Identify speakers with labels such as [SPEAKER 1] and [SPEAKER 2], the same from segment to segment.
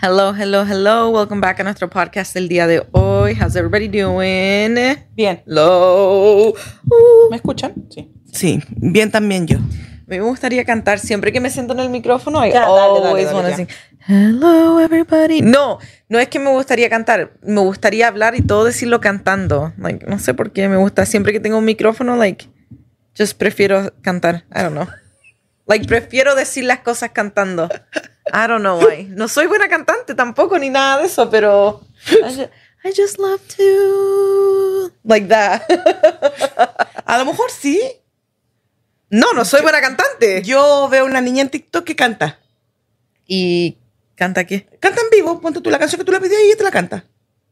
[SPEAKER 1] Hello, hello, hello. Welcome back a nuestro podcast del día de hoy. How's everybody doing?
[SPEAKER 2] Bien.
[SPEAKER 1] Hello. Uh,
[SPEAKER 2] ¿Me escuchan? Sí.
[SPEAKER 3] Sí, bien también yo.
[SPEAKER 1] me gustaría cantar siempre que me siento en el micrófono. I
[SPEAKER 2] Ya, dale, dale,
[SPEAKER 1] always
[SPEAKER 2] dale,
[SPEAKER 1] wanna
[SPEAKER 2] ya.
[SPEAKER 1] sing. Hello, everybody. No, no es que me gustaría cantar. Me gustaría hablar y todo decirlo cantando. Like, no sé por qué me gusta. Siempre que tengo un micrófono, like, just prefiero cantar. I don't know. Like, prefiero decir las cosas cantando. I don't know why. No soy buena cantante tampoco ni nada de eso, pero. I ju- I just love to. Like that.
[SPEAKER 3] A lo mejor sí.
[SPEAKER 1] No, no soy buena cantante.
[SPEAKER 3] Yo veo una niña en TikTok que canta.
[SPEAKER 1] ¿Y canta qué?
[SPEAKER 3] Canta en vivo, ponte tú la canción que tú le pedías y ella te la canta.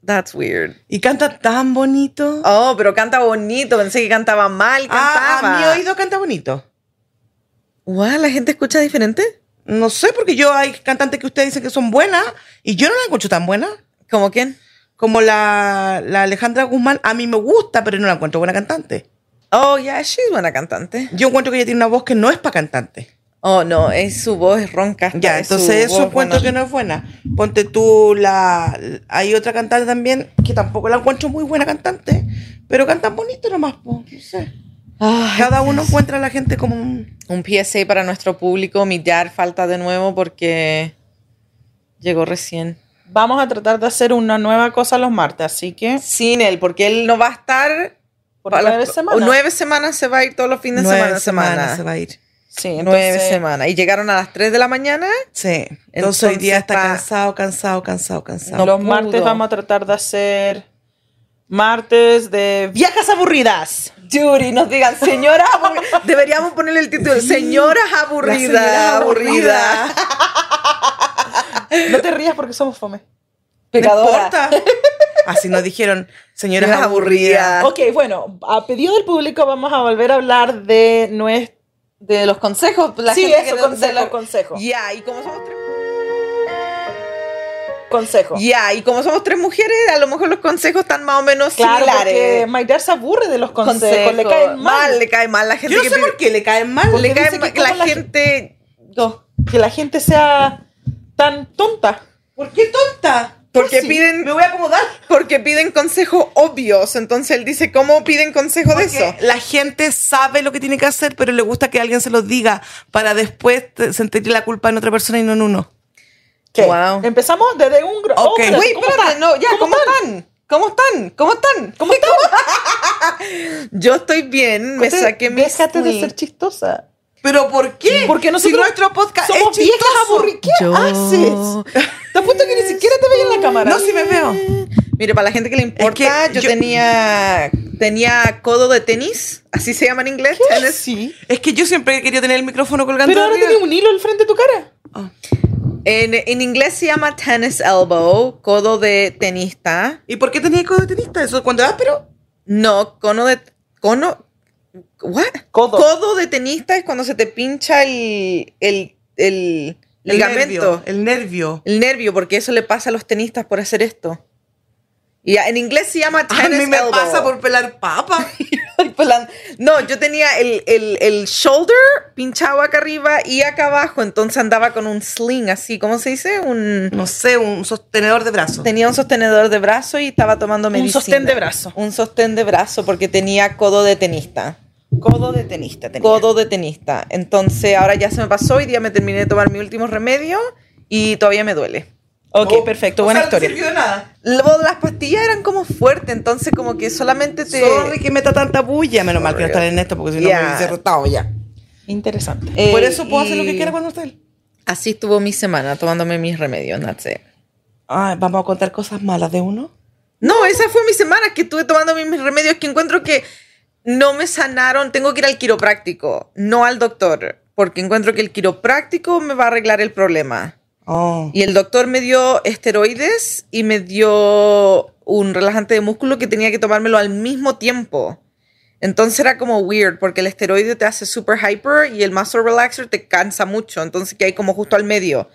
[SPEAKER 1] That's weird.
[SPEAKER 3] Y canta tan bonito.
[SPEAKER 1] Oh, pero canta bonito. Pensé que cantaba mal.
[SPEAKER 3] Ah,
[SPEAKER 1] Cantaba.
[SPEAKER 3] a mi oído canta bonito.
[SPEAKER 1] Guau, ¿La gente escucha diferente?
[SPEAKER 3] No sé, porque yo hay cantantes que ustedes dicen que son buenas y yo no la encuentro tan buena.
[SPEAKER 1] ¿Cómo quién?
[SPEAKER 3] Como la, la Alejandra Guzmán, a mí me gusta, pero no la encuentro buena cantante.
[SPEAKER 1] Oh, yeah, she's buena cantante.
[SPEAKER 3] Yo encuentro que ella tiene una voz que no es para cantante.
[SPEAKER 1] Oh, no, es su voz es ronca. hasta
[SPEAKER 3] Ya,
[SPEAKER 1] es Eh, su
[SPEAKER 3] entonces eso
[SPEAKER 1] voz
[SPEAKER 3] encuentro que
[SPEAKER 1] buena.
[SPEAKER 3] no es buena. Ponte tú la... Hay otra cantante también que tampoco la encuentro muy buena cantante, pero cantan bonito nomás, po, no sé.
[SPEAKER 1] Ay,
[SPEAKER 3] Cada uno encuentra a la gente como... un-
[SPEAKER 1] un PSA para nuestro público. Mi yard falta de nuevo porque llegó recién.
[SPEAKER 2] Vamos a tratar de hacer una nueva cosa los martes, así que
[SPEAKER 1] Sin él, porque él no va a estar.
[SPEAKER 2] por
[SPEAKER 1] para
[SPEAKER 2] nueve
[SPEAKER 1] las-
[SPEAKER 2] semanas.
[SPEAKER 1] o nueve semanas se va a ir todos los fines de semana.
[SPEAKER 3] nueve
[SPEAKER 1] a semana.
[SPEAKER 3] semanas se va a ir.
[SPEAKER 2] Sí,
[SPEAKER 1] Nueve
[SPEAKER 2] entonces,
[SPEAKER 1] semanas. Y llegaron a las 3 de la mañana.
[SPEAKER 3] Sí. Entonces,
[SPEAKER 1] Entonces
[SPEAKER 3] hoy día está
[SPEAKER 1] pa-
[SPEAKER 3] cansado, cansado, cansado, cansado.
[SPEAKER 1] No
[SPEAKER 2] los martes
[SPEAKER 1] pudo.
[SPEAKER 2] vamos a tratar de hacer martes de viejas aburridas.
[SPEAKER 1] Yuri, nos digan, señora aburrida. Deberíamos ponerle el título, señoras aburridas.
[SPEAKER 3] La señora
[SPEAKER 1] aburrida.
[SPEAKER 2] No te rías porque somos fome.
[SPEAKER 3] No
[SPEAKER 1] Pecadora.
[SPEAKER 3] importa. Así nos dijeron, señoras
[SPEAKER 1] Señoras
[SPEAKER 3] aburridas.
[SPEAKER 1] aburridas.
[SPEAKER 2] Ok, bueno, a pedido del público vamos a volver a hablar de nuestro...
[SPEAKER 1] De los consejos. La
[SPEAKER 2] sí,
[SPEAKER 1] gente
[SPEAKER 2] eso,
[SPEAKER 1] que-
[SPEAKER 2] consejo,
[SPEAKER 1] de los-
[SPEAKER 2] consejo,
[SPEAKER 1] Ya, y como somos tres.
[SPEAKER 2] consejo.
[SPEAKER 1] Ya, y como somos tres mujeres, a lo mejor los consejos están más o menos
[SPEAKER 2] Claro, porque
[SPEAKER 1] similares.
[SPEAKER 2] Maidar se aburre de los consejos, le
[SPEAKER 1] Consejo.
[SPEAKER 2] caen mal.
[SPEAKER 1] Le cae mal la gente
[SPEAKER 3] Yo no
[SPEAKER 1] que
[SPEAKER 3] sé
[SPEAKER 1] pide-
[SPEAKER 3] por qué le caen mal.
[SPEAKER 1] le
[SPEAKER 2] porque
[SPEAKER 1] cae
[SPEAKER 2] dice
[SPEAKER 1] mal
[SPEAKER 2] que
[SPEAKER 1] la,
[SPEAKER 2] como la
[SPEAKER 1] gente.
[SPEAKER 2] No, que la gente sea tan tonta.
[SPEAKER 3] ¿Por qué tonta? Pues
[SPEAKER 1] Porque
[SPEAKER 3] Pussy,
[SPEAKER 1] piden-
[SPEAKER 3] Me voy a acomodar.
[SPEAKER 1] Porque piden consejos obvios. Entonces él dice, ¿cómo piden consejo de
[SPEAKER 3] Porque
[SPEAKER 1] eso?
[SPEAKER 3] La gente sabe lo que tiene que hacer, pero le gusta que alguien se los diga para después te- sentir la culpa en otra persona y no en uno.
[SPEAKER 2] ¿Qué?
[SPEAKER 1] Wow.
[SPEAKER 2] Empezamos desde un grupo.
[SPEAKER 3] Ok.
[SPEAKER 1] Güey, espérate, no, ya, ¿cómo, están? ¿Cómo están? ¿Cómo están? ¿Cómo están? Yo estoy bien, me saqué mi
[SPEAKER 2] Déjate de
[SPEAKER 1] squeak.
[SPEAKER 2] ser chistosa.
[SPEAKER 3] ¿Pero por qué?
[SPEAKER 2] Porque
[SPEAKER 3] si
[SPEAKER 2] nosotros
[SPEAKER 3] nuestro podcast es
[SPEAKER 2] Somos viejas
[SPEAKER 3] chistoso.
[SPEAKER 2] aburridas. ¿Qué
[SPEAKER 1] Yo-
[SPEAKER 2] haces? Te apuesto que ni siquiera te veía en la cámara.
[SPEAKER 3] No, si me veo.
[SPEAKER 1] Mire, para la gente que le importa,
[SPEAKER 3] Es que
[SPEAKER 1] yo,
[SPEAKER 3] yo-
[SPEAKER 1] tenía tenía codo de tenis, así se llama en inglés, tennis.
[SPEAKER 2] Sí.
[SPEAKER 3] Es que yo siempre he querido tener el micrófono colgando.
[SPEAKER 2] Pero ahora
[SPEAKER 3] arriba.
[SPEAKER 2] tenés un hilo al frente de tu cara.
[SPEAKER 1] En, en inglés se llama tennis elbow, codo de tenista.
[SPEAKER 3] ¿Y por qué tenía codo de tenista? Eso cuando ah, era áspero.
[SPEAKER 1] No, cono de cono what?
[SPEAKER 2] Codo.
[SPEAKER 1] de tenista es cuando se te pincha el el, el
[SPEAKER 3] El
[SPEAKER 1] ligamento.
[SPEAKER 3] nervio, el nervio.
[SPEAKER 1] El nervio, porque eso le pasa a los tenistas por hacer esto. Y en inglés se llama
[SPEAKER 3] A
[SPEAKER 1] tennis
[SPEAKER 3] mí me
[SPEAKER 1] elbow.
[SPEAKER 3] pasa por pelar papa.
[SPEAKER 1] Plan- No, yo tenía el, el- el shoulder pinchado acá arriba y acá abajo, entonces andaba con un sling así, ¿cómo se dice? Un
[SPEAKER 3] No sé, un sostenedor de brazos.
[SPEAKER 1] tenía un sostenedor de brazo y estaba tomando medicina.
[SPEAKER 2] sostén de brazo.
[SPEAKER 1] Un sostén de brazo porque tenía codo de tenista.
[SPEAKER 2] Codo de tenista. tenía.
[SPEAKER 1] Codo de tenista. Entonces ahora ya se me pasó, hoy día me terminé de tomar mi último remedio y todavía me duele.
[SPEAKER 2] Ok, perfecto. Buena historia.
[SPEAKER 3] Oh. No sirvió de nada.
[SPEAKER 1] Luego, Las pastillas eran como fuertes, entonces como que solamente te...
[SPEAKER 3] Sorry que meta tanta bulla. Menos mal que no
[SPEAKER 1] Sorry.
[SPEAKER 3] están en esto porque si no
[SPEAKER 1] Yeah.
[SPEAKER 3] me hubiese rotado ya.
[SPEAKER 2] Interesante.
[SPEAKER 1] Eh,
[SPEAKER 3] Por eso puedo hacer lo que
[SPEAKER 1] y
[SPEAKER 3] quiera cuando esté.
[SPEAKER 1] Así estuvo mi semana tomándome mis remedios, that's it.
[SPEAKER 3] Ay, Ah, vamos a contar cosas malas de uno.
[SPEAKER 1] No, esa fue mi semana que estuve tomando mis mis remedios que encuentro que no me sanaron. Tengo que ir al quiropráctico, no al doctor, porque encuentro que el quiropráctico me va a arreglar el problema.
[SPEAKER 3] Oh.
[SPEAKER 1] Y el doctor me dio esteroides y me dio un relajante de músculo que tenía que tomármelo al mismo tiempo. Entonces era como weird, porque el esteroide te hace super hyper y el muscle relaxer te cansa mucho. Entonces que hay como justo al medio.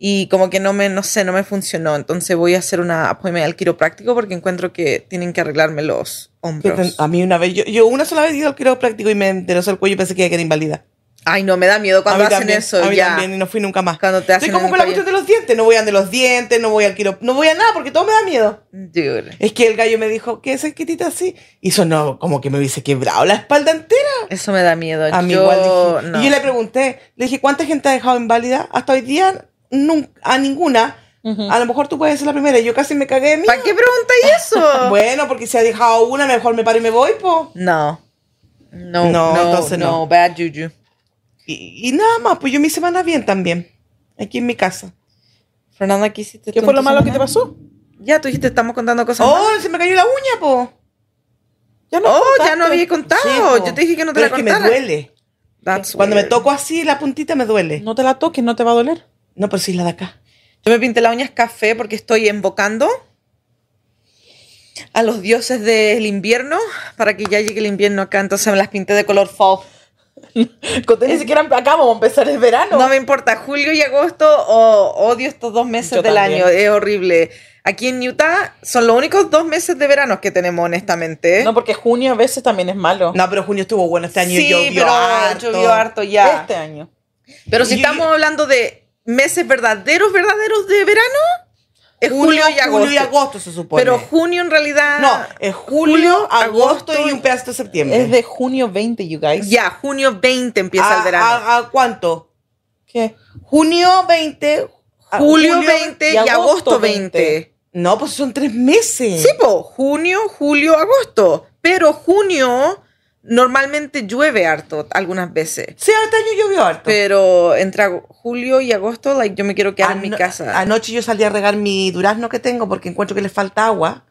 [SPEAKER 1] Y como que no me, no sé, no me funcionó. Entonces voy a hacer una appointment al quiropráctico porque encuentro que tienen que arreglarme los
[SPEAKER 3] Pero
[SPEAKER 1] hombros.
[SPEAKER 3] A mí una vez, yo, yo una sola vez he ido al quiropráctico y me enderezó el cuello y pensé que iba a quedar inválida.
[SPEAKER 1] Ay, no, me da miedo cuando
[SPEAKER 3] a mí
[SPEAKER 1] hacen
[SPEAKER 3] también,
[SPEAKER 1] eso.
[SPEAKER 3] a mí
[SPEAKER 1] ya.
[SPEAKER 3] también, y no fui nunca más.
[SPEAKER 1] Cuando te
[SPEAKER 3] Estoy
[SPEAKER 1] hacen
[SPEAKER 3] como
[SPEAKER 1] el
[SPEAKER 3] con la
[SPEAKER 1] payaso.
[SPEAKER 3] cuestión de los dientes, no voy a de los dientes, no voy al quiro, no voy a nada porque todo me da miedo.
[SPEAKER 1] Dude,
[SPEAKER 3] Es que el gallo me dijo, ¿qué es quitita así? Y sonó como que me hubiese quebrado la espalda entera.
[SPEAKER 1] eso me da miedo.
[SPEAKER 3] A mí
[SPEAKER 1] yo,
[SPEAKER 3] igual dije.
[SPEAKER 1] no.
[SPEAKER 3] Y yo le pregunté, le dije, ¿cuánta gente ha dejado inválida? Hasta hoy día, nun- a ninguna. A lo mejor tú puedes ser la primera. Y yo casi me cagué de miedo.
[SPEAKER 1] ¿Para qué preguntáis eso?
[SPEAKER 3] Bueno, porque si ha dejado una, mejor me paro y me voy, po.
[SPEAKER 1] No. No, no,
[SPEAKER 3] No,
[SPEAKER 1] no,
[SPEAKER 3] entonces no.
[SPEAKER 1] bad juju.
[SPEAKER 3] Y, y nada más, pues yo mi semana bien también. Aquí en mi casa.
[SPEAKER 1] Fernanda, ¿qué hiciste
[SPEAKER 2] ¿Qué
[SPEAKER 1] tú
[SPEAKER 2] fue
[SPEAKER 1] en
[SPEAKER 2] lo
[SPEAKER 1] tu
[SPEAKER 2] malo que te
[SPEAKER 1] semana?
[SPEAKER 2] pasó?
[SPEAKER 1] Ya, tú dijiste, estamos contando cosas. malas.
[SPEAKER 3] ¡Oh, se me cayó la uña, po!
[SPEAKER 2] Ya
[SPEAKER 1] Oh, ya
[SPEAKER 2] contaste.
[SPEAKER 1] no había contado.
[SPEAKER 3] Sí, po.
[SPEAKER 1] Yo te dije que no te la
[SPEAKER 3] Pero es que
[SPEAKER 1] contara.
[SPEAKER 3] me duele.
[SPEAKER 1] That's
[SPEAKER 3] Cuando me
[SPEAKER 1] weird.
[SPEAKER 3] toco así, la puntita me duele.
[SPEAKER 2] No te la toques, no te va a doler.
[SPEAKER 3] No, pero sí la de acá.
[SPEAKER 1] Yo me pinté las uñas café porque estoy invocando a los dioses del invierno para que ya llegue el invierno acá. Entonces me las pinté de color fall.
[SPEAKER 2] Conté ni siquiera acabamos a empezar el verano.
[SPEAKER 1] No me importa, julio y agosto, oh, odio estos dos meses
[SPEAKER 2] Yo
[SPEAKER 1] del
[SPEAKER 2] también.
[SPEAKER 1] año, es horrible. Aquí en Utah son los únicos dos meses de verano que tenemos, honestamente.
[SPEAKER 2] No, porque junio a veces también es malo.
[SPEAKER 3] No, pero junio estuvo bueno este año.
[SPEAKER 1] sí,
[SPEAKER 3] llovió
[SPEAKER 1] pero
[SPEAKER 3] harto.
[SPEAKER 1] llovió harto ya.
[SPEAKER 2] Este año.
[SPEAKER 1] Pero si
[SPEAKER 3] Y-
[SPEAKER 1] estamos hablando de meses verdaderos, verdaderos de verano, es julio, y agosto.
[SPEAKER 3] Julio y agosto se supone.
[SPEAKER 1] Pero junio en realidad...
[SPEAKER 3] no, es julio,
[SPEAKER 1] Ah, julio,
[SPEAKER 3] agosto,
[SPEAKER 1] agosto
[SPEAKER 3] y un pedazo de septiembre.
[SPEAKER 2] Es de junio 20, you guys.
[SPEAKER 1] Ya, junio 20 empieza
[SPEAKER 3] ¿A-
[SPEAKER 1] el verano.
[SPEAKER 3] A, a ah, cuánto?
[SPEAKER 2] ¿Qué?
[SPEAKER 3] Junio 20. a-
[SPEAKER 1] julio, 20 y agosto 20.
[SPEAKER 2] 20.
[SPEAKER 3] No, pues son tres meses.
[SPEAKER 1] Sí, po, junio, julio, agosto. Pero junio normalmente llueve harto algunas veces.
[SPEAKER 3] Sí, este año llovió harto.
[SPEAKER 1] Pero entre ago- julio y agosto, like, yo me quiero quedar en mi
[SPEAKER 3] Ano-
[SPEAKER 1] casa.
[SPEAKER 3] Anoche yo salí a regar mi durazno que tengo porque encuentro que le falta agua.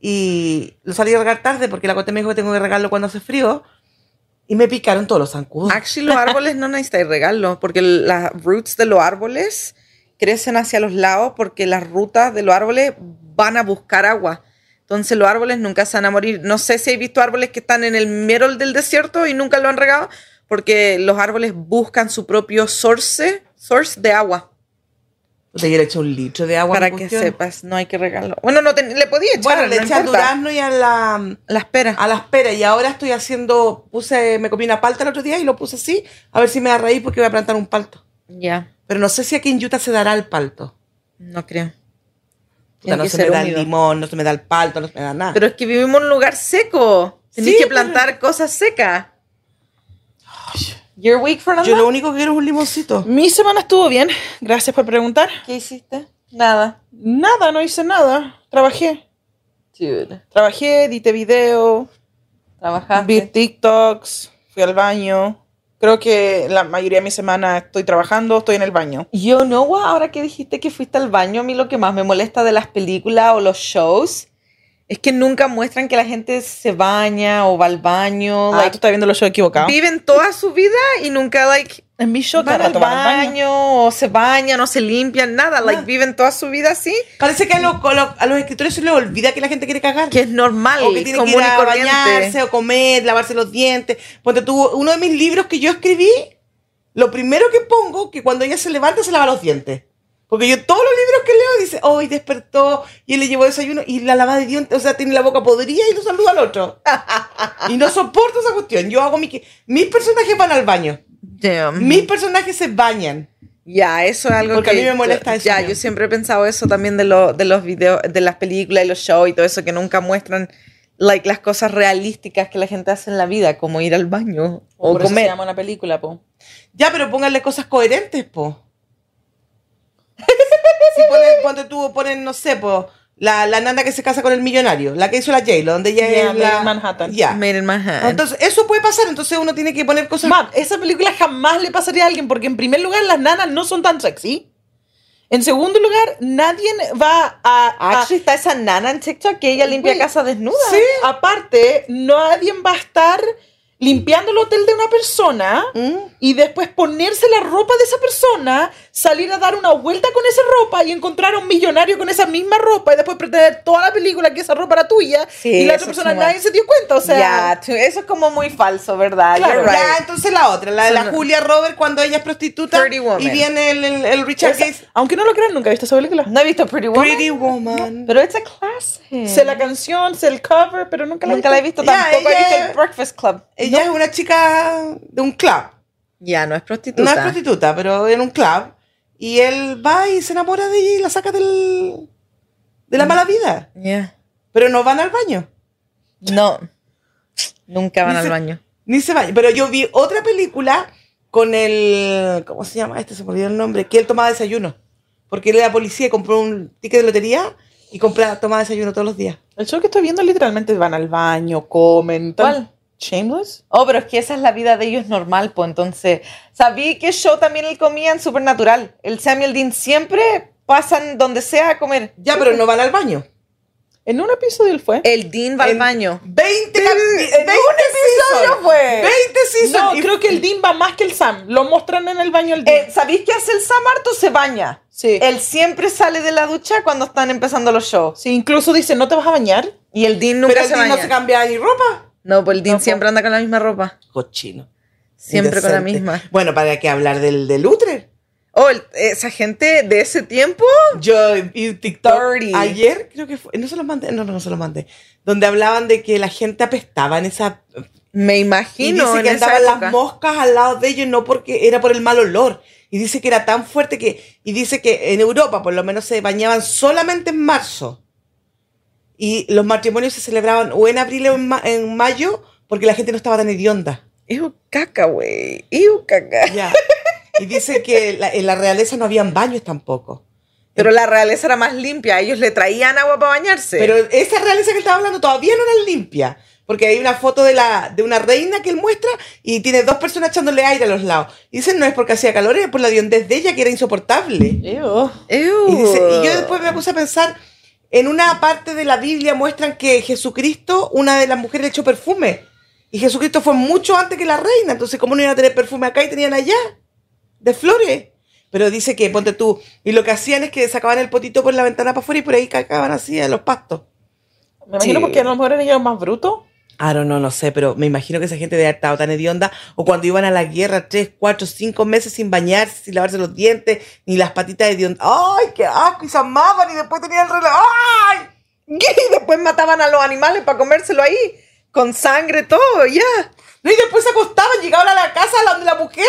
[SPEAKER 3] Y lo salí a regar tarde porque la cote me dijo que tengo que regarlo cuando hace frío. Y me picaron todos los zancudos.
[SPEAKER 1] Actually, los árboles no necesitáis regalo porque las roots de los árboles crecen hacia los lados porque las rutas de los árboles van a buscar agua. Entonces los árboles nunca se van a morir. No sé si he visto árboles que están en el mero del desierto y nunca lo han regado porque los árboles buscan su propio source, source de agua.
[SPEAKER 3] Puta, yo le eché un litro de agua. a
[SPEAKER 1] Para
[SPEAKER 3] mi
[SPEAKER 1] que
[SPEAKER 3] cuestión.
[SPEAKER 1] sepas, no hay que regalarlo. Bueno, no te- le podía echar,
[SPEAKER 3] Bueno, le
[SPEAKER 1] no
[SPEAKER 3] eché al
[SPEAKER 1] importa.
[SPEAKER 3] durazno y a la,
[SPEAKER 1] La espera.
[SPEAKER 3] a las peras. Y ahora estoy haciendo, puse, me comí una palta el otro día y lo puse así. A ver si me da raíz porque voy a plantar un palto.
[SPEAKER 1] Ya,
[SPEAKER 3] Pero no sé si aquí en Utah se dará el palto.
[SPEAKER 1] no creo.
[SPEAKER 3] Puta,
[SPEAKER 1] Tiene
[SPEAKER 3] no
[SPEAKER 1] que
[SPEAKER 3] se me
[SPEAKER 1] ser
[SPEAKER 3] da el
[SPEAKER 1] húmedo.
[SPEAKER 3] limón, no se me da el palto, no se me da nada.
[SPEAKER 1] Pero es que vivimos en un lugar seco. Tenés
[SPEAKER 3] Sí, pues.
[SPEAKER 1] que plantar cosas secas. You're weak, Fernanda.
[SPEAKER 3] yo lo único que quiero es un limoncito.
[SPEAKER 2] Mi semana estuvo bien. Gracias por preguntar.
[SPEAKER 1] ¿Qué hiciste? Nada.
[SPEAKER 2] Nada, no hice nada. Trabajé.
[SPEAKER 1] Dude,
[SPEAKER 2] Trabajé, edité video,
[SPEAKER 1] trabajaste.
[SPEAKER 2] vi TikToks, fui al baño. Creo que la mayoría de mi semana estoy trabajando, estoy en el baño.
[SPEAKER 1] Yo no, gua, ahora que dijiste que fuiste al baño, a mí lo que más me molesta de las películas o los shows es que nunca muestran que la gente se baña o va al baño.
[SPEAKER 2] Ah, tú
[SPEAKER 1] like,
[SPEAKER 2] estás viendo los shows equivocados.
[SPEAKER 1] viven toda su vida y nunca, like,
[SPEAKER 2] En mi show
[SPEAKER 1] van
[SPEAKER 2] cada
[SPEAKER 1] al
[SPEAKER 2] rato van al baño.
[SPEAKER 1] baño o se bañan o se limpian, nada. Like, viven toda su vida así.
[SPEAKER 3] Parece que a los, a los- a los escritores se les olvida que la gente quiere cagar.
[SPEAKER 1] que es normal,
[SPEAKER 3] o que tiene que
[SPEAKER 1] común
[SPEAKER 3] ir
[SPEAKER 1] y
[SPEAKER 3] a
[SPEAKER 1] corriente.
[SPEAKER 3] bañarse o comer, lavarse los dientes. Ponte tú, uno de mis libros que yo escribí, lo primero que pongo que cuando ella se levanta se lava los dientes. Porque yo todos los libros que leo dice, hoy despertó y él le llevó desayuno y la lava de dientes, o sea, tiene la boca podrida y no saluda al otro. y no soporto esa cuestión. Yo hago mi que mis personajes van al baño.
[SPEAKER 1] Damn.
[SPEAKER 3] Mis personajes se bañan.
[SPEAKER 1] Ya, eso es algo
[SPEAKER 3] Porque a
[SPEAKER 1] que
[SPEAKER 3] mí me molesta eso,
[SPEAKER 1] Ya,
[SPEAKER 3] ya.
[SPEAKER 1] yo siempre he pensado eso también de, lo- de los videos, de las películas y los shows y todo eso, que nunca muestran like, las cosas realísticas que la gente hace en la vida, como ir al baño o,
[SPEAKER 2] Por eso se
[SPEAKER 1] comer.
[SPEAKER 2] llama una película, po.
[SPEAKER 3] Ya, pero pónganle cosas coherentes, po. si ponen, ponte tú, ponen, no sé, po, la, la nana que se casa con el millonario, la que hizo la J-Lo, donde ella
[SPEAKER 2] Ya,
[SPEAKER 3] es
[SPEAKER 2] Made
[SPEAKER 3] la...
[SPEAKER 2] in Manhattan.
[SPEAKER 3] Ya.
[SPEAKER 1] Made in Manhattan.
[SPEAKER 3] Entonces, eso puede pasar, entonces uno tiene que poner cosas...
[SPEAKER 2] Mam, esa película jamás le pasaría a alguien porque en primer lugar las nanas no son tan sexy. En segundo lugar, nadie va a...
[SPEAKER 3] ah.
[SPEAKER 2] a-
[SPEAKER 1] Ah, Actually, está esa nana en TikTok que ella limpia
[SPEAKER 2] Güey,
[SPEAKER 1] casa desnuda.
[SPEAKER 2] Sí, aparte, nadie va a estar limpiando el hotel de una persona
[SPEAKER 3] ¿Mm?
[SPEAKER 2] y después ponerse la ropa de esa persona, salir a dar una vuelta con esa ropa y encontrar a un millonario con esa misma ropa y después pretender toda la película que esa ropa era tuya
[SPEAKER 1] Sí,
[SPEAKER 2] y la
[SPEAKER 1] eso
[SPEAKER 2] otra persona
[SPEAKER 1] sí, man.
[SPEAKER 2] nadie se dio cuenta. O sea,
[SPEAKER 1] Ya, tú- eso es como muy falso, ¿verdad?
[SPEAKER 2] Claro.
[SPEAKER 1] You're right.
[SPEAKER 3] Ya, entonces la otra, la de la
[SPEAKER 1] Son-
[SPEAKER 3] Julia Robert cuando ella es prostituta
[SPEAKER 1] Pretty Woman.
[SPEAKER 3] y viene el, el- el Richard
[SPEAKER 2] esa-
[SPEAKER 3] Gates.
[SPEAKER 2] aunque no lo crean, nunca he visto esa película.
[SPEAKER 1] No he visto Pretty Woman.
[SPEAKER 3] Pretty Woman.
[SPEAKER 1] Pero es a classic.
[SPEAKER 2] Sé la canción, sé el cover, pero nunca la
[SPEAKER 1] Nunca la he visto
[SPEAKER 3] Ya,
[SPEAKER 1] tampoco. he
[SPEAKER 3] ella-
[SPEAKER 1] visto el Breakfast Club.
[SPEAKER 3] Ella es una chica de un club.
[SPEAKER 1] Ya, no es
[SPEAKER 3] No
[SPEAKER 1] prostituta.
[SPEAKER 3] es prostituta, pero en un club. Y él va y se enamora de ella y la saca del, de la
[SPEAKER 1] Mm.
[SPEAKER 3] mala vida.
[SPEAKER 1] Ya.
[SPEAKER 3] Pero no van al baño.
[SPEAKER 1] No. Nunca van
[SPEAKER 3] Dice-
[SPEAKER 1] al baño.
[SPEAKER 3] Ni se bañan. Pero yo vi otra película con el. ¿Cómo se llama este? Se me olvidó el nombre. Que él tomaba desayuno. Porque él era policía y compró un ticket de lotería y compraba, tomaba desayuno todos los días.
[SPEAKER 2] El show que estoy viendo literalmente van al baño, comen. tan-
[SPEAKER 1] ¿Cuál?
[SPEAKER 2] ¿Shameless?
[SPEAKER 1] Oh, pero es que esa es la vida de ellos normal, pues entonces. Sabí que yo también él comía en Supernatural. El Samuel Dean siempre pasan donde sea a comer.
[SPEAKER 3] Ya, pero no van al baño.
[SPEAKER 2] En un episodio él fue.
[SPEAKER 1] El Dean va al
[SPEAKER 3] En
[SPEAKER 1] baño.
[SPEAKER 3] 20 cap-
[SPEAKER 2] Sí,
[SPEAKER 3] en 20 seasons.
[SPEAKER 1] fue?
[SPEAKER 3] 20
[SPEAKER 2] No,
[SPEAKER 3] seasons. Y-
[SPEAKER 2] creo que el Dean va más que el Sam. Lo muestran en el baño el Dean.
[SPEAKER 1] Eh, ¿Sabéis qué hace el Sam harto? Se baña.
[SPEAKER 2] Sí.
[SPEAKER 1] Él siempre sale de la ducha cuando están empezando los shows.
[SPEAKER 2] Sí, incluso dice, ¿no te vas a bañar?
[SPEAKER 1] Y el Dean nunca
[SPEAKER 3] Pero el
[SPEAKER 1] se
[SPEAKER 3] Dean
[SPEAKER 1] baña.
[SPEAKER 3] no se cambia ni ropa.
[SPEAKER 1] No, pues el Dean
[SPEAKER 2] No, po.
[SPEAKER 1] siempre anda con la misma ropa.
[SPEAKER 3] Cochino.
[SPEAKER 1] Siempre con la
[SPEAKER 3] Indecente.
[SPEAKER 1] misma.
[SPEAKER 3] Bueno, ¿para qué hablar del, del Utrecht?
[SPEAKER 1] Oh, el- esa gente de ese tiempo.
[SPEAKER 3] Yo vi un TikTok
[SPEAKER 1] Dirty.
[SPEAKER 3] ayer, creo que fue, no se los mandé, no, no, no se los mandé, donde hablaban de que la gente apestaba en esa...
[SPEAKER 1] Me
[SPEAKER 3] Y,
[SPEAKER 1] imagino.
[SPEAKER 3] dice
[SPEAKER 1] en
[SPEAKER 3] que
[SPEAKER 1] esa
[SPEAKER 3] andaban
[SPEAKER 1] época.
[SPEAKER 3] las moscas al lado de ellos, no porque era por el mal olor. Y dice que era tan fuerte que... Y dice que en Europa por lo menos se bañaban solamente en marzo. Y los matrimonios se celebraban o en abril o en, ma- en mayo porque la gente no estaba tan hedionda.
[SPEAKER 1] Iu, caca, güey. Iu, caca.
[SPEAKER 3] Ya. y dice que la- en la realeza no habían baños tampoco.
[SPEAKER 1] Pero la realeza era más limpia. Ellos le traían agua para bañarse.
[SPEAKER 3] Pero esa realeza que estaba hablando todavía no era limpia. Porque hay una foto de, la, de una reina que él muestra y tiene dos personas echándole aire a los lados. Y dicen, no es porque hacía calor, es por la hediondez de ella que era insoportable.
[SPEAKER 1] Iu.
[SPEAKER 3] Y, dice- y yo después me puse a pensar, en una parte de la Biblia muestran que Jesucristo, una de las mujeres le echó perfume. Y Jesucristo fue mucho antes que la reina. Entonces, ¿cómo no iban a tener perfume acá y tenían allá? De flores. Pero dice que, ponte tú, y lo que hacían es que sacaban el potito por la ventana para afuera y por ahí cagaban así a los pastos.
[SPEAKER 2] Me imagino
[SPEAKER 1] Sí.
[SPEAKER 2] porque a lo mejor ellos más brutos.
[SPEAKER 3] Ah, no, no, no sé, pero me imagino que esa gente debe haber estado tan hedionda. O cuando iban a la guerra tres, cuatro, cinco meses sin bañarse, sin lavarse los dientes, ni las patitas ¡Oh! hediondas. ¡Ay, qué asco! Y se amaban y después tenían el reloj. ¡Ay!
[SPEAKER 1] Y después mataban a los animales para comérselo ahí. Con sangre, todo, ya.
[SPEAKER 3] No, y después se acostaban, llegaban a la casa donde la mujer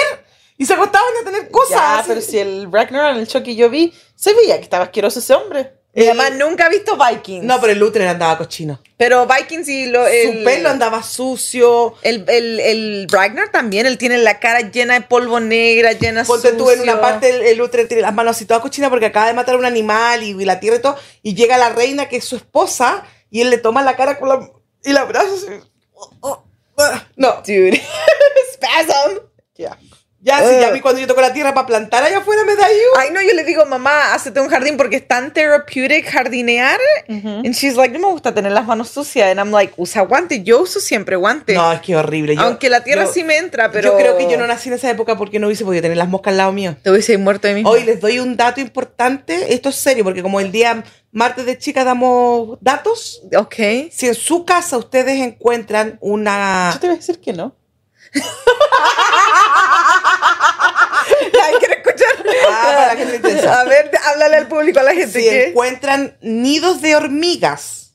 [SPEAKER 3] y se acostaban a tener cosas.
[SPEAKER 2] Ya,
[SPEAKER 3] así.
[SPEAKER 2] pero si el Ragnar en el show que yo vi, se veía que estaba asqueroso ese hombre.
[SPEAKER 1] Y además nunca he visto Vikings.
[SPEAKER 3] No, pero el útero andaba cochino.
[SPEAKER 1] Pero Vikings y lo, el,
[SPEAKER 3] Su pelo andaba sucio.
[SPEAKER 1] El, el, el Ragnar también, él tiene la cara llena de polvo negra, llena de
[SPEAKER 3] Ponte tú en una parte el, el útero tiene las manos así todas cochinas porque acaba de matar a un animal y, y la tierra y todo. Y llega la reina que es su esposa y él le toma la cara con la, y la abraza así. Oh, oh, ah, No,
[SPEAKER 1] Dude. Spasm.
[SPEAKER 2] Ya.
[SPEAKER 3] ya, sí, ya
[SPEAKER 1] Ugh.
[SPEAKER 3] vi cuando yo toco la tierra para plantar allá afuera me da igual.
[SPEAKER 1] Ay, no, yo le digo, mamá, hacete un jardín porque es tan therapeutic jardinear.
[SPEAKER 2] Mm-hmm.
[SPEAKER 1] And she's like, no me gusta tener las manos sucias. And I'm like, usa guante. Yo uso siempre guante.
[SPEAKER 3] No, es que horrible. Yo-
[SPEAKER 1] Aunque la tierra
[SPEAKER 3] yo-
[SPEAKER 1] sí me entra, pero...
[SPEAKER 3] Yo creo que yo no nací en esa época porque no hubiese podido tener las moscas al lado mío.
[SPEAKER 1] Te hubiese muerto de mí.
[SPEAKER 3] Hoy les doy un dato importante. Esto es serio, porque como el día martes de chicas damos datos.
[SPEAKER 1] Ok.
[SPEAKER 3] Si en su casa ustedes encuentran una.
[SPEAKER 2] Yo te iba a decir que no.
[SPEAKER 1] Ay, quiero escuchar.
[SPEAKER 3] Ah, para la gente intensa.
[SPEAKER 1] a ver, háblale al público, a la gente.
[SPEAKER 3] Si
[SPEAKER 1] ¿qué?
[SPEAKER 3] encuentran nidos de hormigas.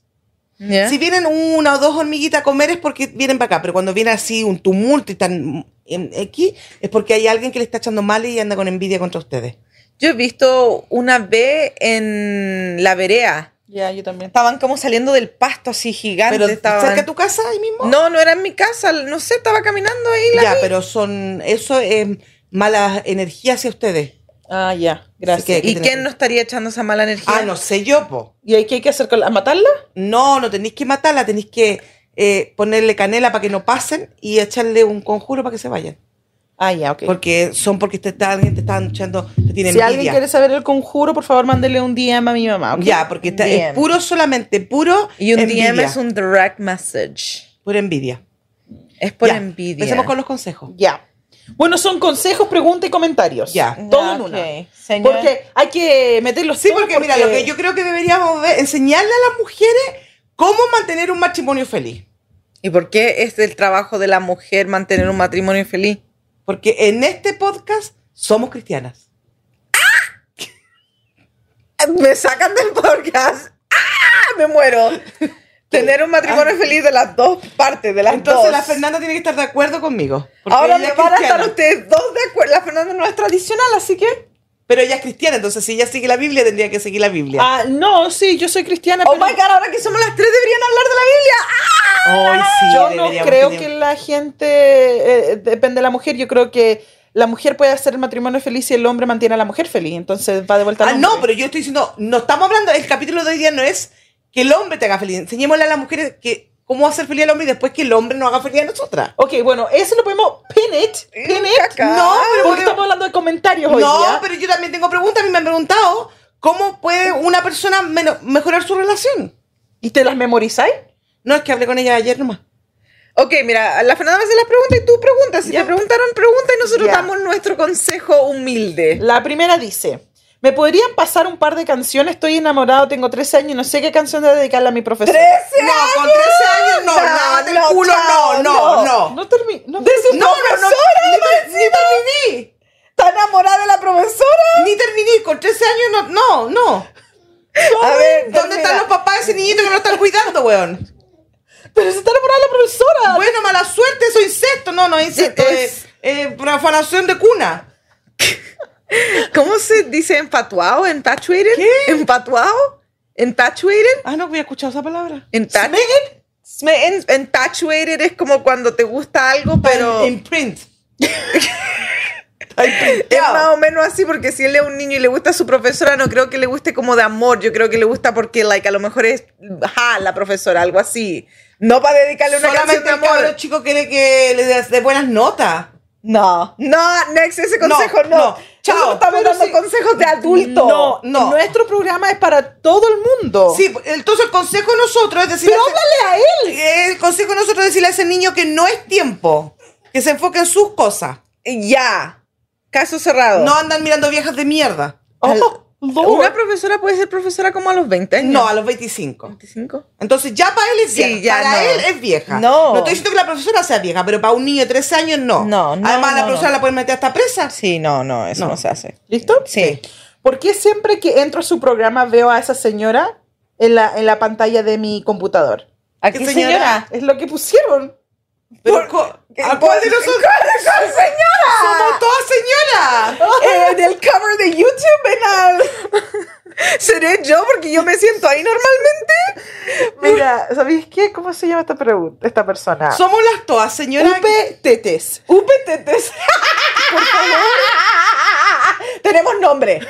[SPEAKER 1] Ya.
[SPEAKER 3] Si vienen una o dos hormiguitas a comer es porque vienen para acá, pero cuando viene así un tumulto y están en- aquí, es porque hay alguien que le está echando mal y anda con envidia contra ustedes.
[SPEAKER 1] Yo he visto una B en la vereda.
[SPEAKER 2] Ya, yo también.
[SPEAKER 1] Estaban como saliendo del pasto así gigante.
[SPEAKER 3] Pero
[SPEAKER 1] estaban-
[SPEAKER 3] cerca de tu casa ahí mismo.
[SPEAKER 1] No, no era en mi casa. No sé, estaba caminando ahí. La
[SPEAKER 3] Ya,
[SPEAKER 1] vi.
[SPEAKER 3] pero son. Eso es mala energía hacia ustedes.
[SPEAKER 2] Ah, ya, gracias.
[SPEAKER 3] Así que-
[SPEAKER 1] ¿Y
[SPEAKER 3] tener-
[SPEAKER 1] quién no estaría echando esa mala energía?
[SPEAKER 3] Ah, no sé yo, po.
[SPEAKER 2] ¿Y ahí qué hay que hacer con la... ¿A matarla?
[SPEAKER 3] No, no tenéis que matarla, tenéis que eh, ponerle canela para que no pasen y echarle un conjuro para que se vayan.
[SPEAKER 2] Ah, ya, ok.
[SPEAKER 3] Porque son porque te está, alguien te está luchando, te tiene
[SPEAKER 2] si
[SPEAKER 3] envidia.
[SPEAKER 2] alguien quiere saber el conjuro, por favor, mándele un DM a mi mamá. ¿ok?
[SPEAKER 3] Ya, porque está,
[SPEAKER 1] Bien.
[SPEAKER 3] es puro solamente, puro
[SPEAKER 1] Y un
[SPEAKER 3] envidia,
[SPEAKER 1] DM es un direct message.
[SPEAKER 3] Pura envidia.
[SPEAKER 1] Es por
[SPEAKER 3] Ya,
[SPEAKER 1] envidia.
[SPEAKER 3] Empecemos con los consejos.
[SPEAKER 2] Ya. Bueno, son consejos, preguntas y comentarios.
[SPEAKER 3] Ya.
[SPEAKER 2] Todo en una. Porque hay que meterlos
[SPEAKER 3] Sí,
[SPEAKER 2] todos
[SPEAKER 3] porque, mira, lo que yo creo que deberíamos ver, enseñarle a las mujeres cómo mantener un matrimonio feliz.
[SPEAKER 1] ¿Y por qué es el trabajo de la mujer mantener un matrimonio feliz?
[SPEAKER 3] Porque en este podcast somos cristianas. Eh,
[SPEAKER 1] Me sacan del podcast. ¡Ah! Me muero. Tener un matrimonio feliz de las dos partes, de las
[SPEAKER 3] Entonces
[SPEAKER 1] dos.
[SPEAKER 3] la Fernanda tiene que estar de acuerdo conmigo. porque
[SPEAKER 1] Ahora
[SPEAKER 3] ella
[SPEAKER 1] me
[SPEAKER 3] es
[SPEAKER 1] van a
[SPEAKER 3] cristiana.
[SPEAKER 1] estar ustedes dos de acuerdo. La Fernanda no es tradicional, así que.
[SPEAKER 3] Pero ella es cristiana, entonces si ella sigue la Biblia, tendría que seguir la Biblia.
[SPEAKER 2] Ah, no, sí, yo soy cristiana,
[SPEAKER 1] Oh
[SPEAKER 2] pero
[SPEAKER 1] my god, ahora que somos las tres deberían hablar de la Biblia. ¡Ah!
[SPEAKER 3] Ay, sí,
[SPEAKER 2] yo no
[SPEAKER 3] deberíamos
[SPEAKER 2] creo
[SPEAKER 3] tener-
[SPEAKER 2] que la gente eh, depende de la mujer. Yo creo que la mujer puede hacer el matrimonio feliz y el hombre mantiene a la mujer feliz. Entonces va de vuelta. al
[SPEAKER 3] Ah, no,
[SPEAKER 2] hombre.
[SPEAKER 3] pero yo estoy diciendo, no estamos hablando, el capítulo de hoy día no es que el hombre te haga feliz. Enseñémosle a las mujeres que cómo hacer feliz al hombre y después que el hombre nos haga feliz a nosotras.
[SPEAKER 2] Ok, bueno, eso lo podemos pin it. Pin it.
[SPEAKER 1] caca.
[SPEAKER 2] No, pero
[SPEAKER 3] porque-
[SPEAKER 2] porque estamos hablando de comentarios hoy
[SPEAKER 3] No,
[SPEAKER 2] día.
[SPEAKER 3] pero yo también tengo preguntas, a mí me han preguntado cómo puede una persona meno- mejorar su relación.
[SPEAKER 2] ¿Y te las memorizáis?
[SPEAKER 3] No, es que hablé con ella ayer nomás.
[SPEAKER 1] Ok, mira, la Fernanda va a hacer las preguntas y tú preguntas. Si
[SPEAKER 2] Ya.
[SPEAKER 1] te preguntaron, pregunta y nosotros
[SPEAKER 2] Ya.
[SPEAKER 1] damos nuestro consejo humilde.
[SPEAKER 2] La primera dice: ¿Me podrían pasar un par de canciones? Estoy enamorado, tengo 13 años y no sé qué canción de dedicarle a mi profesor.
[SPEAKER 3] No, con 13 años no, lávate el culo, no, no, no.
[SPEAKER 2] No termino. No,
[SPEAKER 1] su
[SPEAKER 3] No, no, no,
[SPEAKER 1] profesora,
[SPEAKER 3] ni, ni terminé.
[SPEAKER 1] ¿Está enamorada de la profesora?
[SPEAKER 3] Ni terminé, con 13 años no, no, no.
[SPEAKER 1] A ver,
[SPEAKER 3] ¿Dónde están los papás de ese niñito que no están cuidando, weón?
[SPEAKER 2] Pero se está enamorada la profesora.
[SPEAKER 3] Bueno, mala suerte, eso es incesto. No, no es incesto,
[SPEAKER 1] Es-
[SPEAKER 3] es eh, profanación de cuna.
[SPEAKER 1] ¿Cómo se dice empatuado? ¿Entatuated? ¿Empatuado? ¿Entatuated?
[SPEAKER 3] Ah, no había escuchado esa palabra.
[SPEAKER 1] ¿Entatuated? Smitten. Entatuated es como cuando te gusta algo, pero...
[SPEAKER 3] En print. Está
[SPEAKER 1] Es más
[SPEAKER 3] imprinteado.
[SPEAKER 1] o menos así porque si él es un niño y le gusta a su profesora, no creo que le guste como de amor, yo creo que le gusta porque like a lo mejor es ja, la profesora, algo así. No para dedicarle una
[SPEAKER 3] Solamente el
[SPEAKER 1] canción de
[SPEAKER 3] cabrón
[SPEAKER 1] amor.
[SPEAKER 3] chico quiere que le des de buenas notas.
[SPEAKER 1] No, no, next ese consejo no.
[SPEAKER 3] no. Chao.
[SPEAKER 1] Chao. Estamos
[SPEAKER 2] Pero
[SPEAKER 1] dando
[SPEAKER 2] si-
[SPEAKER 1] consejos de adulto.
[SPEAKER 2] No,
[SPEAKER 3] No.
[SPEAKER 2] Nuestro programa es para todo el mundo.
[SPEAKER 3] Sí, entonces el consejo de nosotros es decir.
[SPEAKER 2] Pero háblale a él.
[SPEAKER 3] Eh, El consejo de nosotros es decirle a ese niño que no es tiempo. Que se enfoque en sus cosas.
[SPEAKER 1] Ya. Caso cerrado.
[SPEAKER 3] No andan mirando viejas de mierda.
[SPEAKER 1] Al-
[SPEAKER 2] Oh, Lord.
[SPEAKER 1] una profesora puede ser profesora como a los 20 años.
[SPEAKER 3] No, a los 25.
[SPEAKER 1] 25.
[SPEAKER 3] Entonces ya para él es
[SPEAKER 1] Sí,
[SPEAKER 3] vieja.
[SPEAKER 1] ya
[SPEAKER 3] para
[SPEAKER 1] no.
[SPEAKER 3] él es vieja.
[SPEAKER 1] No.
[SPEAKER 3] No estoy diciendo que la profesora sea vieja, pero para un niño de 13 años no.
[SPEAKER 1] No, no,
[SPEAKER 3] Además,
[SPEAKER 1] no,
[SPEAKER 3] la profesora
[SPEAKER 1] no.
[SPEAKER 3] la pueden meter hasta presa.
[SPEAKER 1] Sí, no, no, eso no,
[SPEAKER 3] No.
[SPEAKER 1] se hace.
[SPEAKER 2] ¿Listo?
[SPEAKER 1] Sí.
[SPEAKER 2] ¿Por qué siempre que entro a su programa veo a esa señora en la, en la pantalla de mi computador?
[SPEAKER 1] Aquí
[SPEAKER 3] ¿Qué señora?
[SPEAKER 2] Es lo que pusieron.
[SPEAKER 3] Pero
[SPEAKER 1] Por-
[SPEAKER 3] co-
[SPEAKER 1] ¿Qué-
[SPEAKER 3] ¿a cuál de
[SPEAKER 1] por-
[SPEAKER 3] nosotros?
[SPEAKER 1] ¿Cuál señora?
[SPEAKER 3] Somos todas señoras.
[SPEAKER 1] en el cover de YouTube en al- ¿Seré yo? Porque yo me siento ahí normalmente.
[SPEAKER 2] Mira, ¿sabéis qué? ¿Cómo se llama esta pregunta? Esta
[SPEAKER 1] Ah.
[SPEAKER 2] persona.
[SPEAKER 3] Somos las todas señoras.
[SPEAKER 2] UPTTs.
[SPEAKER 1] Upetetes. Por favor. Tenemos nombre.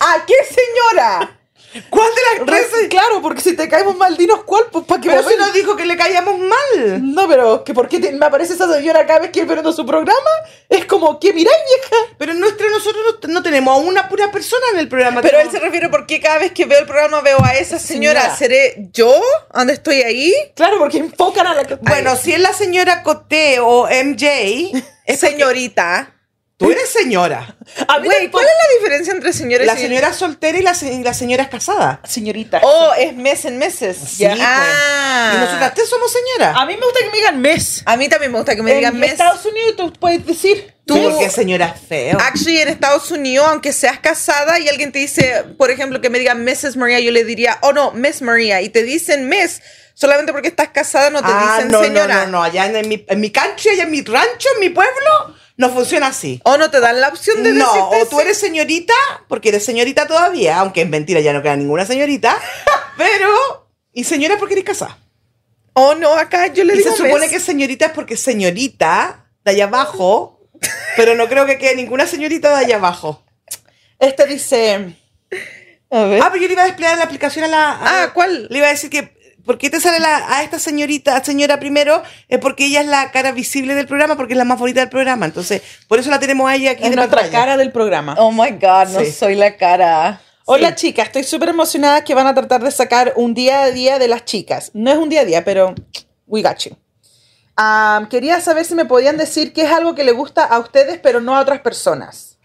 [SPEAKER 1] ¿A qué señora?
[SPEAKER 3] ¿Cuál de las tres?
[SPEAKER 2] ¡Ah, Re- Claro, porque si te caemos mal, dinos cuál, pues para que
[SPEAKER 3] Pero
[SPEAKER 2] me
[SPEAKER 3] si nos dijo que le caíamos mal.
[SPEAKER 2] No, pero que por qué te- me aparece esa señora cada vez que estoy viendo su programa. Es como, ¿qué miráis, vieja?
[SPEAKER 3] Pero nuestro, nosotros no, no tenemos a una pura persona en el programa.
[SPEAKER 1] Pero él
[SPEAKER 3] Tenemos-
[SPEAKER 1] se refiere porque cada vez que veo el programa veo a esa señora.
[SPEAKER 2] Señora.
[SPEAKER 1] ¿Seré yo? ¿Dónde estoy ahí?
[SPEAKER 2] Claro, porque enfocan a la que...
[SPEAKER 3] Bueno, si es la señora Coté o MJ,
[SPEAKER 1] Señorita.
[SPEAKER 3] tú eres señora.
[SPEAKER 2] a mí
[SPEAKER 1] Güey,
[SPEAKER 2] tampoco-
[SPEAKER 1] ¿cuál es pues. la diferencia entre señora y
[SPEAKER 3] La
[SPEAKER 1] señorita?
[SPEAKER 3] señora es soltera y la, se- y la señora es casada.
[SPEAKER 2] Señorita.
[SPEAKER 1] Oh, es mes en meses.
[SPEAKER 3] Sí, pues.
[SPEAKER 1] Ah.
[SPEAKER 3] Y nosotras tres somos señoras.
[SPEAKER 2] A mí me gusta que me digan mes.
[SPEAKER 1] A mí también me gusta que me digan
[SPEAKER 2] en
[SPEAKER 1] mes.
[SPEAKER 2] Estados Unidos tú puedes decir
[SPEAKER 3] Tú,
[SPEAKER 2] mes.
[SPEAKER 3] porque señora es feo.
[SPEAKER 1] Actually, en Estados Unidos, aunque seas casada y alguien te dice, por ejemplo, que me digan Mrs. María, yo le diría, oh no, Miss María. Y te dicen Miss, solamente porque estás casada no te
[SPEAKER 3] Ah,
[SPEAKER 1] dicen
[SPEAKER 3] no,
[SPEAKER 1] señora.
[SPEAKER 3] No, no, no. Allá en, mi, en mi country, allá en mi rancho, en mi pueblo, no funciona así.
[SPEAKER 1] O no te dan la opción de
[SPEAKER 3] No,
[SPEAKER 1] decirte
[SPEAKER 3] o tú
[SPEAKER 1] sí.
[SPEAKER 3] eres señorita, porque eres señorita todavía, aunque es mentira, ya no queda ninguna señorita, pero... Y señora porque eres casada.
[SPEAKER 1] Oh no, acá yo le
[SPEAKER 3] Y
[SPEAKER 1] digo
[SPEAKER 3] se supone
[SPEAKER 1] Miss.
[SPEAKER 3] que señorita es porque señorita de allá abajo, pero no creo que quede ninguna señorita de allá abajo.
[SPEAKER 2] Este dice...
[SPEAKER 1] A ver.
[SPEAKER 3] Ah, pero yo le iba a desplegar la aplicación a la... a-
[SPEAKER 1] ¿Eh? Ah, ¿cuál?
[SPEAKER 3] Le iba a decir que... ¿Por qué te sale la- a esta señorita, señora primero? Es porque ella es la cara visible del programa, porque es la más bonita del programa. Entonces, por eso la tenemos ahí aquí
[SPEAKER 2] En
[SPEAKER 3] de
[SPEAKER 2] nuestra
[SPEAKER 3] pantalla.
[SPEAKER 2] cara del programa.
[SPEAKER 1] Oh my God, no
[SPEAKER 3] Sí.
[SPEAKER 1] soy la cara.
[SPEAKER 2] Hola chicas, estoy súper emocionada que van a tratar de sacar un día a día de las chicas. No es un día a día, pero we got you. Am, quería saber si me podían decir qué es algo que le gusta a ustedes, pero no a otras personas.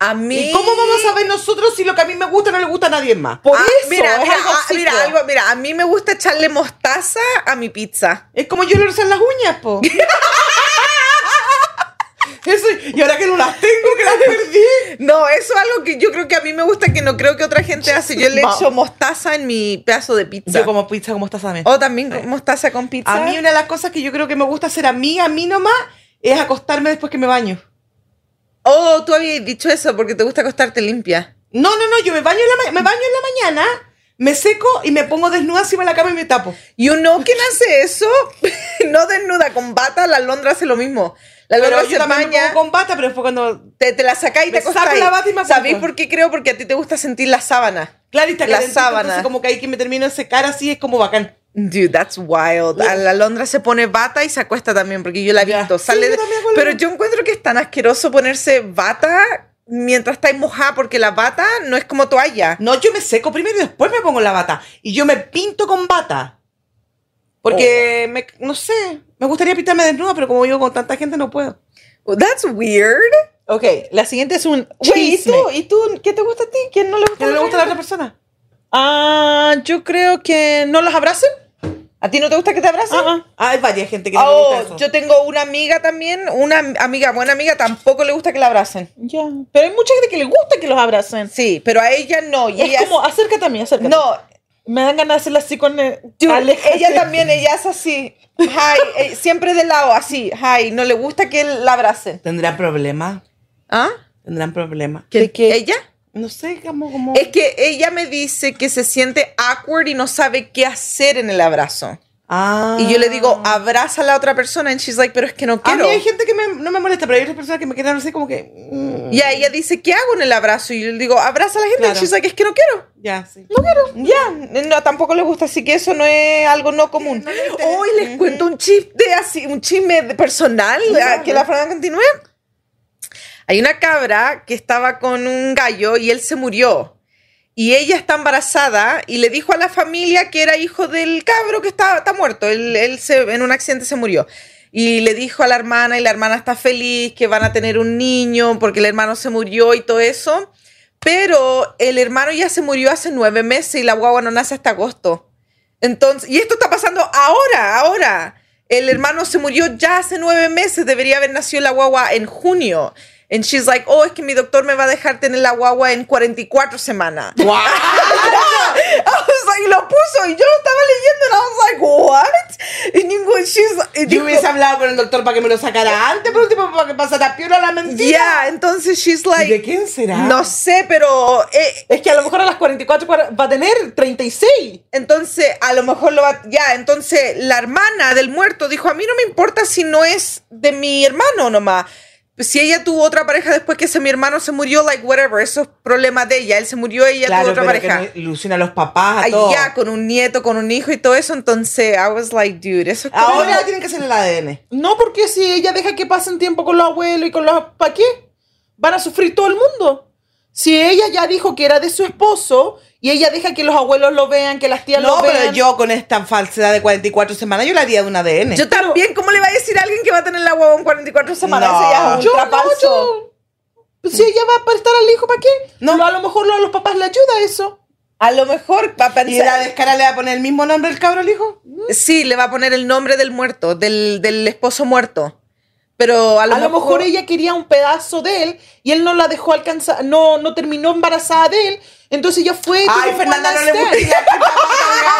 [SPEAKER 1] A mí.
[SPEAKER 3] ¿Y cómo vamos a saber nosotros si lo que a mí me gusta no le gusta a nadie más?
[SPEAKER 2] Por
[SPEAKER 1] Ah,
[SPEAKER 2] eso,
[SPEAKER 1] mira,
[SPEAKER 2] es
[SPEAKER 1] mira,
[SPEAKER 2] algo
[SPEAKER 1] ah,
[SPEAKER 2] así,
[SPEAKER 1] mira,
[SPEAKER 2] po.
[SPEAKER 1] algo- mira, a mí me gusta echarle mostaza a mi pizza.
[SPEAKER 3] Es como yo le rozan las uñas, po. Eso, y ahora que no las tengo, que las perdí.
[SPEAKER 1] No, eso es algo que yo creo que a mí me gusta que no creo que otra gente hace. Yo le
[SPEAKER 3] Va.
[SPEAKER 1] echo mostaza en mi pedazo de pizza.
[SPEAKER 3] Yo como pizza como estás también.
[SPEAKER 1] O también con mostaza con Oh, pizza.
[SPEAKER 3] A mí una de las cosas que yo creo que me gusta hacer a mí, a mí nomás, es acostarme después que me baño.
[SPEAKER 1] Oh, tú habías dicho eso porque te gusta acostarte limpia.
[SPEAKER 3] No, no, no, yo me baño en la, ma- me baño en la mañana, me seco y me pongo desnuda encima de la cama y me tapo.
[SPEAKER 1] You know quién hace eso? no desnuda, con bata, la alondra hace lo mismo. La
[SPEAKER 3] Pero
[SPEAKER 1] alondra
[SPEAKER 3] yo
[SPEAKER 1] se
[SPEAKER 3] también me
[SPEAKER 1] baña,
[SPEAKER 3] pongo con bata, pero después cuando...
[SPEAKER 1] te, te la sacáis y te
[SPEAKER 3] Me saco
[SPEAKER 1] acostáis.
[SPEAKER 3] la bata y me acuesto.
[SPEAKER 1] ¿Sabéis por qué creo? Porque a ti te gusta sentir la sábana.
[SPEAKER 3] Claro, y está
[SPEAKER 1] La
[SPEAKER 3] calentito,
[SPEAKER 1] sábana.
[SPEAKER 3] entonces como que ahí que me termino de secar así, es como bacán.
[SPEAKER 1] Dude, that's wild. A la Londra se pone bata y se acuesta también, porque yo la he
[SPEAKER 3] Ya.
[SPEAKER 1] visto.
[SPEAKER 3] Sí,
[SPEAKER 1] Sale
[SPEAKER 3] yo
[SPEAKER 1] de-
[SPEAKER 3] también hago lo
[SPEAKER 1] Pero
[SPEAKER 3] mismo.
[SPEAKER 1] yo encuentro que es tan asqueroso ponerse bata mientras estáis mojada, porque la bata no es como toalla.
[SPEAKER 3] No, yo me seco primero y después me pongo la bata. Y yo me pinto con bata. Porque,
[SPEAKER 1] Oh.
[SPEAKER 3] me- no sé, me gustaría pintarme desnuda, pero como vivo con tanta gente no puedo.
[SPEAKER 1] That's weird.
[SPEAKER 2] Ok, la siguiente es un
[SPEAKER 1] Güey, ¿y
[SPEAKER 2] chisme.
[SPEAKER 1] tú? ¿Y tú? ¿Qué te gusta a ti? ¿Quién no le gusta?
[SPEAKER 3] ¿Qué no le
[SPEAKER 1] la
[SPEAKER 3] gusta a la otra persona?
[SPEAKER 2] Ah, yo creo que no los abracen.
[SPEAKER 1] ¿A ti no te gusta que te abracen?
[SPEAKER 2] Ah, ah.
[SPEAKER 3] Ah, hay varias gente que no le gusta
[SPEAKER 1] Oh,
[SPEAKER 3] eso.
[SPEAKER 1] yo tengo una amiga también, una am- amiga, buena amiga, tampoco le gusta que la abracen.
[SPEAKER 2] Ya. Pero hay mucha gente que le gusta que los abracen.
[SPEAKER 1] Sí, pero a ella no. Y
[SPEAKER 2] es
[SPEAKER 1] ella
[SPEAKER 2] como, acércate a mí, acércate.
[SPEAKER 1] No,
[SPEAKER 2] Me dan ganas de hacerla así con el...
[SPEAKER 1] Dude,
[SPEAKER 2] Aléjate.
[SPEAKER 1] ella también, ella es así. Hi, eh, siempre de lado, así. Hi, no le gusta que la abracen.
[SPEAKER 3] ¿Tendrán problemas?
[SPEAKER 1] ¿Ah?
[SPEAKER 3] ¿Tendrán problemas?
[SPEAKER 2] ¿De qué?
[SPEAKER 1] ¿Ella?
[SPEAKER 3] No sé, como... como...
[SPEAKER 1] Es que ella me dice que se siente awkward y no sabe qué hacer en el abrazo.
[SPEAKER 3] Ah.
[SPEAKER 1] Y yo le digo, abraza a la otra persona. And she's like, pero es que no
[SPEAKER 3] A mí
[SPEAKER 1] quiero.
[SPEAKER 3] hay gente que me- no me molesta, pero hay otras personas que me quedan, no sé, como que... mm,
[SPEAKER 1] Y a ella dice, ¿qué hago en el abrazo? Y yo le digo, abraza a la gente. And
[SPEAKER 3] Claro.
[SPEAKER 1] she's like, es que no quiero.
[SPEAKER 3] Ya, sí.
[SPEAKER 1] Ya, no, tampoco le gusta, así que eso no es algo no común. Hoy les cuento un chisme así, un chisme de personal a- ah, que la Fernanda continúe. Hay una cabra que estaba con un gallo y él se murió. Y ella está embarazada y le dijo a la familia que era hijo del cabro que está, está muerto. Él, él se, en un accidente se murió. Y le dijo a la hermana y la hermana está feliz que van a tener un niño porque el hermano se murió y todo eso. Pero el hermano ya se murió hace nueve meses y la guagua no nace hasta agosto. Entonces, y esto está pasando ahora, ahora.
[SPEAKER 3] Mm.
[SPEAKER 1] El hermano se murió ya hace nueve meses, debería haber nacido la guagua en junio. And she's like, oh, es que mi doctor me va a dejar tener la guagua en 44 semanas. I was like, y lo puso, y yo lo estaba leyendo, and I was like, what? Y ningún, she's, y
[SPEAKER 3] Yo
[SPEAKER 1] dijo-
[SPEAKER 3] hubiese hablado con el doctor para que me lo sacara antes, por último, para que pasara piola la mentira.
[SPEAKER 1] yeah, entonces she's
[SPEAKER 3] ¿Y ¿De
[SPEAKER 1] like,
[SPEAKER 3] quién será?
[SPEAKER 1] no sé, pero eh,
[SPEAKER 2] Es que a lo mejor a las 44 cuara- va a tener 36.
[SPEAKER 1] Entonces, a lo mejor lo va. Ya, entonces la hermana del muerto dijo: A mí no me importa si no es de mi hermano nomás. Pues, Si ella tuvo otra pareja después que ese mi hermano se murió, like whatever, eso es problema de ella. Él se murió, ella
[SPEAKER 3] Claro,
[SPEAKER 1] tuvo otra
[SPEAKER 3] pero que
[SPEAKER 1] pareja.
[SPEAKER 3] no ilusiona a los papás, a todos.
[SPEAKER 1] Allá, con un nieto, con un hijo y todo eso. Entonces, I was like, dude, eso es
[SPEAKER 2] Ah,
[SPEAKER 1] como-
[SPEAKER 3] Ahora tienen que hacer el ADN.
[SPEAKER 2] No, porque si ella deja que pasen tiempo con los abuelos y con los... ¿Para qué? Van a sufrir todo el mundo. Si ella ya dijo que era de su esposo y ella deja que los abuelos lo vean, que las tías
[SPEAKER 3] No,
[SPEAKER 2] lo vean...
[SPEAKER 3] pero yo con esta falsedad de 44 semanas, yo le haría de un ADN.
[SPEAKER 1] Yo
[SPEAKER 2] oh.
[SPEAKER 1] también, ¿cómo le va a decir a alguien que va a tener la huevo en 44 semanas?
[SPEAKER 3] No.
[SPEAKER 1] Eso ya es
[SPEAKER 2] Yo
[SPEAKER 1] ultra
[SPEAKER 2] no,
[SPEAKER 1] falso.
[SPEAKER 2] yo- pues Si ella va a prestar al hijo, ¿para qué? No. A lo mejor lo- a los papás le ayuda eso.
[SPEAKER 1] A lo mejor va a
[SPEAKER 3] ¿Y la
[SPEAKER 1] pensar.
[SPEAKER 3] descara le va a poner el mismo nombre al cabro al hijo?
[SPEAKER 1] Sí, le va a poner el nombre del muerto, del, del esposo muerto. Pero a
[SPEAKER 2] A
[SPEAKER 1] lo,
[SPEAKER 2] lo, mejor... ella quería un pedazo de él y él no la dejó alcanzar, no, no terminó embarazada de él. Entonces ella fue... y
[SPEAKER 3] Ay,
[SPEAKER 2] tuvo
[SPEAKER 3] Fernanda,
[SPEAKER 2] one
[SPEAKER 3] no le
[SPEAKER 2] night
[SPEAKER 3] gusta.
[SPEAKER 2] stand.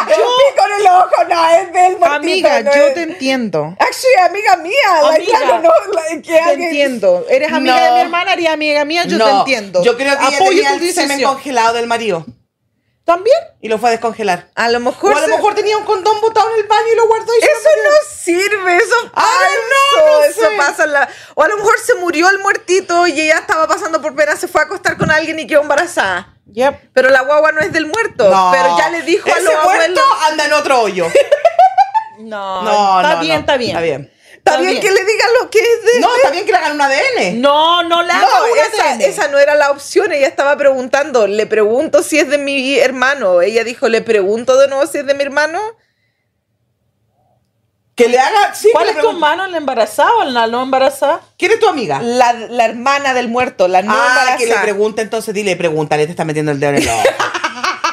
[SPEAKER 1] Yo con el ojo, no, es del muertito,
[SPEAKER 2] Amiga,
[SPEAKER 1] no
[SPEAKER 2] yo
[SPEAKER 1] es-
[SPEAKER 2] te entiendo.
[SPEAKER 1] Actually, amiga mía, like,
[SPEAKER 2] Amiga,
[SPEAKER 1] claro, no, like, que
[SPEAKER 2] Te
[SPEAKER 1] alguien-
[SPEAKER 2] entiendo. Eres amiga de
[SPEAKER 3] No.
[SPEAKER 2] mi hermana, eres amiga mía, yo te entiendo.
[SPEAKER 3] Yo creo que ella
[SPEAKER 2] Apoyo
[SPEAKER 3] tenía
[SPEAKER 2] tu
[SPEAKER 3] el semen
[SPEAKER 2] decisión.
[SPEAKER 3] congelado del marido
[SPEAKER 2] También.
[SPEAKER 3] y lo fue a descongelar.
[SPEAKER 1] A lo
[SPEAKER 3] O
[SPEAKER 1] mejor.
[SPEAKER 3] a lo
[SPEAKER 1] se-
[SPEAKER 3] mejor tenía un condón botado en el baño y lo guardó y se
[SPEAKER 1] Eso
[SPEAKER 3] lo metió.
[SPEAKER 1] no sirve, eso es
[SPEAKER 3] Ay, no,
[SPEAKER 1] falso,
[SPEAKER 3] no
[SPEAKER 1] eso
[SPEAKER 3] sé.
[SPEAKER 1] pasa en la- O a lo mejor se murió el muertito y ella estaba pasando por pena, se fue a acostar con alguien y quedó embarazada. Pero la guagua no es del muerto,
[SPEAKER 3] No.
[SPEAKER 1] pero ya le dijo a
[SPEAKER 3] Ese
[SPEAKER 1] los
[SPEAKER 3] muerto
[SPEAKER 1] abuelos.
[SPEAKER 3] anda en otro hoyo.
[SPEAKER 2] No,
[SPEAKER 3] No,
[SPEAKER 2] está
[SPEAKER 3] no,
[SPEAKER 2] bien,
[SPEAKER 3] no.
[SPEAKER 2] está bien.
[SPEAKER 3] Está bien.
[SPEAKER 1] Está bien que le diga lo que es de
[SPEAKER 3] No, está bien que le hagan un ADN.
[SPEAKER 2] No, no la
[SPEAKER 1] No,
[SPEAKER 2] hagas una
[SPEAKER 1] esa,
[SPEAKER 2] ADN.
[SPEAKER 1] esa no era la opción. Ella estaba preguntando, le pregunto si es de mi hermano. Ella dijo, le pregunto de nuevo si es de mi hermano.
[SPEAKER 3] Que le haga. Sí,
[SPEAKER 2] ¿Cuál
[SPEAKER 3] que
[SPEAKER 2] es
[SPEAKER 3] le
[SPEAKER 2] tu
[SPEAKER 3] pregunte.
[SPEAKER 2] mano, la embarazada o la no embarazada?
[SPEAKER 3] ¿Quién es tu amiga?
[SPEAKER 1] La, la hermana del muerto, la no
[SPEAKER 3] ah, que le
[SPEAKER 1] embarazada.
[SPEAKER 3] pregunta entonces, dile, pregúntale, te está metiendo el dedo en el ojo.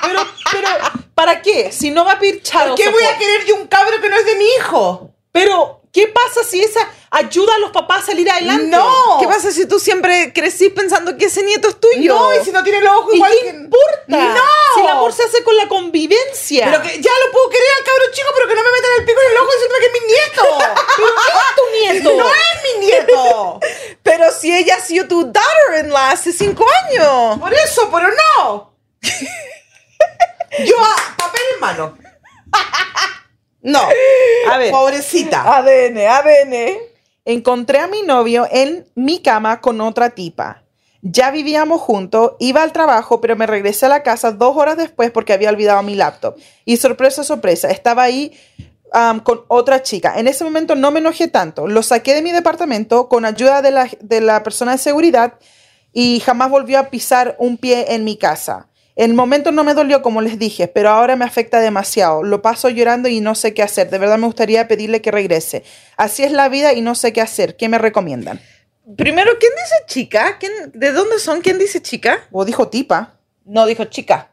[SPEAKER 2] Pero, pero, ¿para qué? Si no va a pedir child
[SPEAKER 3] ¿Por qué voy a
[SPEAKER 2] support.
[SPEAKER 3] querer yo un cabro que no es de mi hijo?
[SPEAKER 2] Pero ¿Qué pasa si esa ayuda a los papás a salir adelante?
[SPEAKER 3] No.
[SPEAKER 1] ¿Qué pasa si tú siempre crecís pensando que ese nieto es tuyo?
[SPEAKER 3] No, y si no tiene los ojos
[SPEAKER 2] ¿Y
[SPEAKER 3] igual
[SPEAKER 2] qué
[SPEAKER 3] que-
[SPEAKER 2] importa?
[SPEAKER 3] ¡No!
[SPEAKER 2] Si el amor se hace con la convivencia.
[SPEAKER 3] Pero que ya lo puedo querer al cabrón chico, pero que no me metan el pico en el ojo diciéndome que es mi nieto.
[SPEAKER 2] ¿Pero qué es tu nieto?
[SPEAKER 3] ¡No es mi nieto!
[SPEAKER 1] Pero si ella ha sido tu daughter-in-law hace cinco años.
[SPEAKER 3] Por eso, pero no. Yo, a- papel en mano. No.
[SPEAKER 2] A ver.
[SPEAKER 3] Pobrecita.
[SPEAKER 1] ADN, ADN.
[SPEAKER 2] Encontré a mi novio en mi cama con otra tipa. Ya vivíamos juntos, iba al trabajo, pero me regresé a la casa dos horas después porque había olvidado mi laptop. Y sorpresa, sorpresa, estaba ahí am, con otra chica. En ese momento no me enojé tanto. Lo saqué de mi departamento con ayuda de la, de la persona de seguridad y jamás volvió a pisar un pie en mi casa. En el momento no me dolió, como les dije, pero ahora me afecta demasiado. Lo paso llorando y no sé qué hacer. De verdad me gustaría pedirle que regrese. Así es la vida y no sé qué hacer. ¿Qué me recomiendan?
[SPEAKER 1] Primero, ¿quién dice chica? ¿Quién- ¿De dónde son? ¿Quién dice chica?
[SPEAKER 2] O dijo tipa.
[SPEAKER 1] No, dijo chica.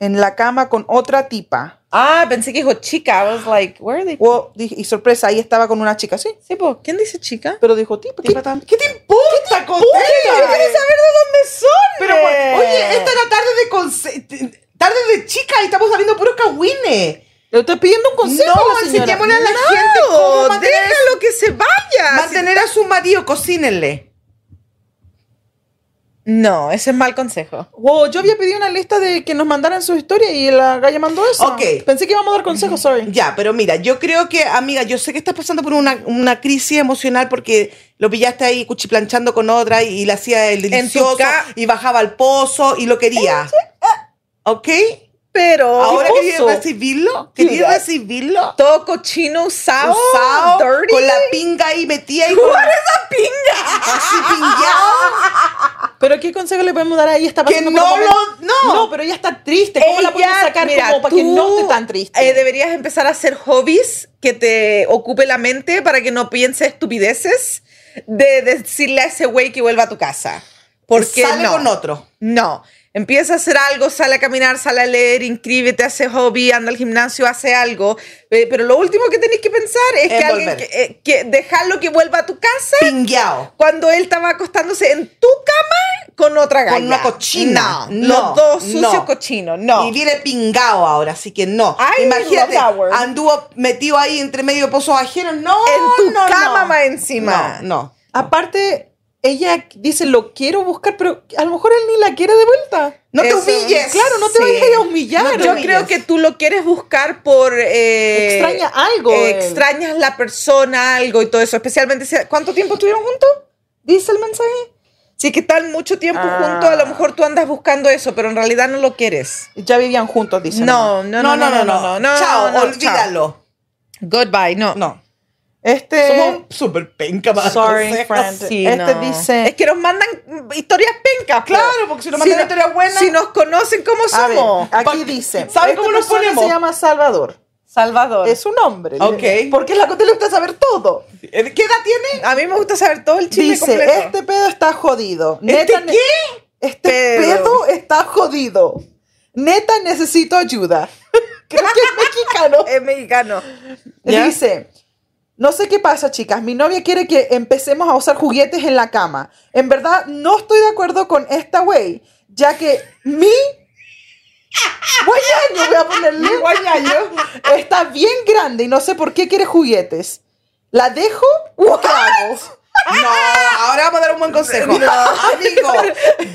[SPEAKER 2] En la cama con otra tipa.
[SPEAKER 1] Ah, pensé que dijo chica. I was like, where are they?
[SPEAKER 2] O, di- y sorpresa, ahí estaba con una chica, sí.
[SPEAKER 1] Sí, pues, ¿quién dice chica?
[SPEAKER 2] Pero dijo tipa.
[SPEAKER 3] ¿Qué,
[SPEAKER 2] tipa tam-
[SPEAKER 3] qué te importa,
[SPEAKER 2] importa?
[SPEAKER 1] Yo quiero
[SPEAKER 3] contesta?
[SPEAKER 1] saber de dónde son.
[SPEAKER 3] Pero, bueno, oye, esta era tarde de conse- tarde de chica y estamos saliendo puros cagüines.
[SPEAKER 2] Le estoy pidiendo un consejo a
[SPEAKER 3] No,
[SPEAKER 2] la señora.
[SPEAKER 3] enseñémosle a la
[SPEAKER 1] No,
[SPEAKER 3] gente cómo mantener,
[SPEAKER 1] déjalo que se vaya.
[SPEAKER 3] mantener a su marido, cocínenle.
[SPEAKER 1] No, ese es mal consejo.
[SPEAKER 2] Wow, yo había pedido una lista de que nos mandaran su historia y la galla mandó eso.
[SPEAKER 3] Ok.
[SPEAKER 2] Pensé que íbamos a dar consejos, sorry.
[SPEAKER 3] Ya, pero mira, yo creo que, amiga, yo sé que estás pasando por una, una crisis emocional porque lo pillaste ahí cuchiplanchando con otra y, y le hacía el
[SPEAKER 1] tu
[SPEAKER 3] delicioso
[SPEAKER 1] ca-
[SPEAKER 3] y bajaba al pozo y lo quería. ¿Ok?
[SPEAKER 1] Pero
[SPEAKER 3] Ahora
[SPEAKER 1] Oso.
[SPEAKER 3] quería recibirlo, quería
[SPEAKER 1] Mira.
[SPEAKER 3] recibirlo.
[SPEAKER 1] todo cochino usado,
[SPEAKER 3] Usado,
[SPEAKER 1] dirty.
[SPEAKER 3] con la pinga ahí metida y con
[SPEAKER 1] ¿Cuál es la pinga?
[SPEAKER 3] así pingueado.
[SPEAKER 2] Pero ¿qué consejo le podemos dar ahí? Está
[SPEAKER 3] Que
[SPEAKER 2] pasando por
[SPEAKER 3] no
[SPEAKER 2] un momento-
[SPEAKER 3] lo- no.
[SPEAKER 2] pero ella está triste. ¿Cómo la podemos
[SPEAKER 1] Ella,
[SPEAKER 2] sacar
[SPEAKER 1] mira,
[SPEAKER 2] como para que
[SPEAKER 1] tú,
[SPEAKER 2] no esté tan triste?
[SPEAKER 1] eh, deberías empezar a hacer hobbies que te ocupe la mente para que no pienses estupideces de decirle a ese güey que vuelva a tu casa. Porque
[SPEAKER 3] sale
[SPEAKER 1] no.
[SPEAKER 3] con otro.
[SPEAKER 1] No. Empieza a hacer algo, sale a caminar, sale a leer, inscríbete, hace hobby, anda al gimnasio, hace algo. Eh, pero lo último que tenés que pensar es,
[SPEAKER 3] Es
[SPEAKER 1] que alguien
[SPEAKER 3] volver.
[SPEAKER 1] que, eh, que dejarlo que vuelva a tu casa
[SPEAKER 3] Pingueado.
[SPEAKER 1] cuando él estaba acostándose en tu cama con otra galla.
[SPEAKER 3] Con una cochina.
[SPEAKER 1] No,
[SPEAKER 3] No,
[SPEAKER 1] los dos sucios
[SPEAKER 3] no.
[SPEAKER 1] cochinos, no.
[SPEAKER 3] Y viene pingado ahora, así que no.
[SPEAKER 1] Ay, love
[SPEAKER 3] Imagínate,
[SPEAKER 1] that word.
[SPEAKER 3] anduvo metido ahí entre medio de pozos ajenos. No,
[SPEAKER 1] En tu
[SPEAKER 3] no,
[SPEAKER 1] cama
[SPEAKER 3] no.
[SPEAKER 1] más encima.
[SPEAKER 3] No, no.
[SPEAKER 2] Aparte, ella dice, lo quiero buscar, pero a lo mejor él ni la quiere de vuelta.
[SPEAKER 3] No te
[SPEAKER 1] Eso.
[SPEAKER 3] humilles.
[SPEAKER 2] Claro, no te
[SPEAKER 1] Sí.
[SPEAKER 2] vayas a humillar.
[SPEAKER 3] No te
[SPEAKER 1] Yo
[SPEAKER 3] humilles.
[SPEAKER 1] creo que tú lo quieres buscar por... eh,
[SPEAKER 2] Extraña algo,
[SPEAKER 1] eh,
[SPEAKER 2] él.
[SPEAKER 1] extrañas la persona, algo y todo eso. Especialmente, si- ¿cuánto tiempo estuvieron juntos? Dice el mensaje. Sí, que están mucho tiempo
[SPEAKER 2] Ah.
[SPEAKER 1] juntos. A lo mejor tú andas buscando eso, pero en realidad no lo quieres.
[SPEAKER 2] Ya vivían juntos, dice.
[SPEAKER 1] No,
[SPEAKER 2] nomás.
[SPEAKER 1] no, no, no, no, no, no, no,
[SPEAKER 3] Chao,
[SPEAKER 1] no,
[SPEAKER 3] olvídalo.
[SPEAKER 1] Goodbye, no.
[SPEAKER 3] No.
[SPEAKER 1] Eh,
[SPEAKER 2] Este...
[SPEAKER 3] Somos súper penca para
[SPEAKER 2] Sorry,
[SPEAKER 3] consejos.
[SPEAKER 2] friend.
[SPEAKER 1] Sí,
[SPEAKER 2] Este
[SPEAKER 1] no.
[SPEAKER 2] dice-
[SPEAKER 1] Es que nos mandan historias pencas. po.
[SPEAKER 3] Claro, porque si nos mandan
[SPEAKER 1] no-
[SPEAKER 3] historias buenas-
[SPEAKER 1] Si nos conocen, ¿cómo
[SPEAKER 2] A ver,
[SPEAKER 1] somos?
[SPEAKER 2] aquí
[SPEAKER 3] Pa-
[SPEAKER 2] dice...
[SPEAKER 3] ¿Sabe
[SPEAKER 2] esta
[SPEAKER 3] cómo nos
[SPEAKER 2] persona
[SPEAKER 3] ponemos?
[SPEAKER 2] se llama Salvador.
[SPEAKER 1] Salvador.
[SPEAKER 2] Es un hombre.
[SPEAKER 3] Ok.
[SPEAKER 2] Porque la cosa le gusta saber todo.
[SPEAKER 3] Eh, ¿Qué edad tiene?
[SPEAKER 1] A mí me gusta saber todo el chisme
[SPEAKER 2] Dice,
[SPEAKER 1] completo.
[SPEAKER 2] este pedo está jodido.
[SPEAKER 3] ¿Este
[SPEAKER 2] ne-
[SPEAKER 3] qué?
[SPEAKER 2] Este
[SPEAKER 1] Pedo.
[SPEAKER 2] pedo está jodido. Neta, necesito ayuda. Creo que es mexicano.
[SPEAKER 1] Es mexicano.
[SPEAKER 3] ¿Ya?
[SPEAKER 2] Dice, no sé qué pasa, chicas. Mi novia quiere que empecemos a usar juguetes en la cama. En verdad, no estoy de acuerdo con esta wey, ya que mi guayaño, voy a ponerle guayaño, está bien grande y no sé por qué quiere juguetes. ¿La dejo o qué hago?
[SPEAKER 3] No, ahora vamos a dar un buen consejo. Amigo,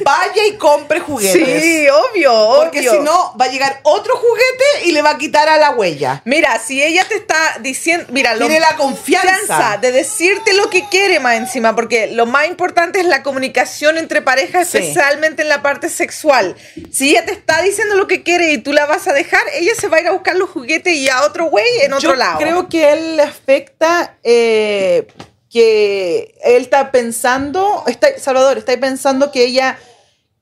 [SPEAKER 3] vaya y compre juguetes.
[SPEAKER 1] Sí, obvio, obvio.
[SPEAKER 3] Porque si no, va a llegar otro juguete y le va a quitar a la huella.
[SPEAKER 1] Mira, si ella te está diciendo, mira, lo-
[SPEAKER 3] Tiene la confianza.
[SPEAKER 1] confianza de decirte lo que quiere más encima, porque lo más importante es la comunicación entre parejas,
[SPEAKER 3] Sí.
[SPEAKER 1] especialmente en la parte sexual. Si ella te está diciendo lo que quiere y tú la vas a dejar, ella se va a ir a buscar los juguetes y a otro güey en otro
[SPEAKER 2] Yo
[SPEAKER 1] lado.
[SPEAKER 2] creo que él le afecta eh, que él está pensando, está, Salvador, está pensando que ella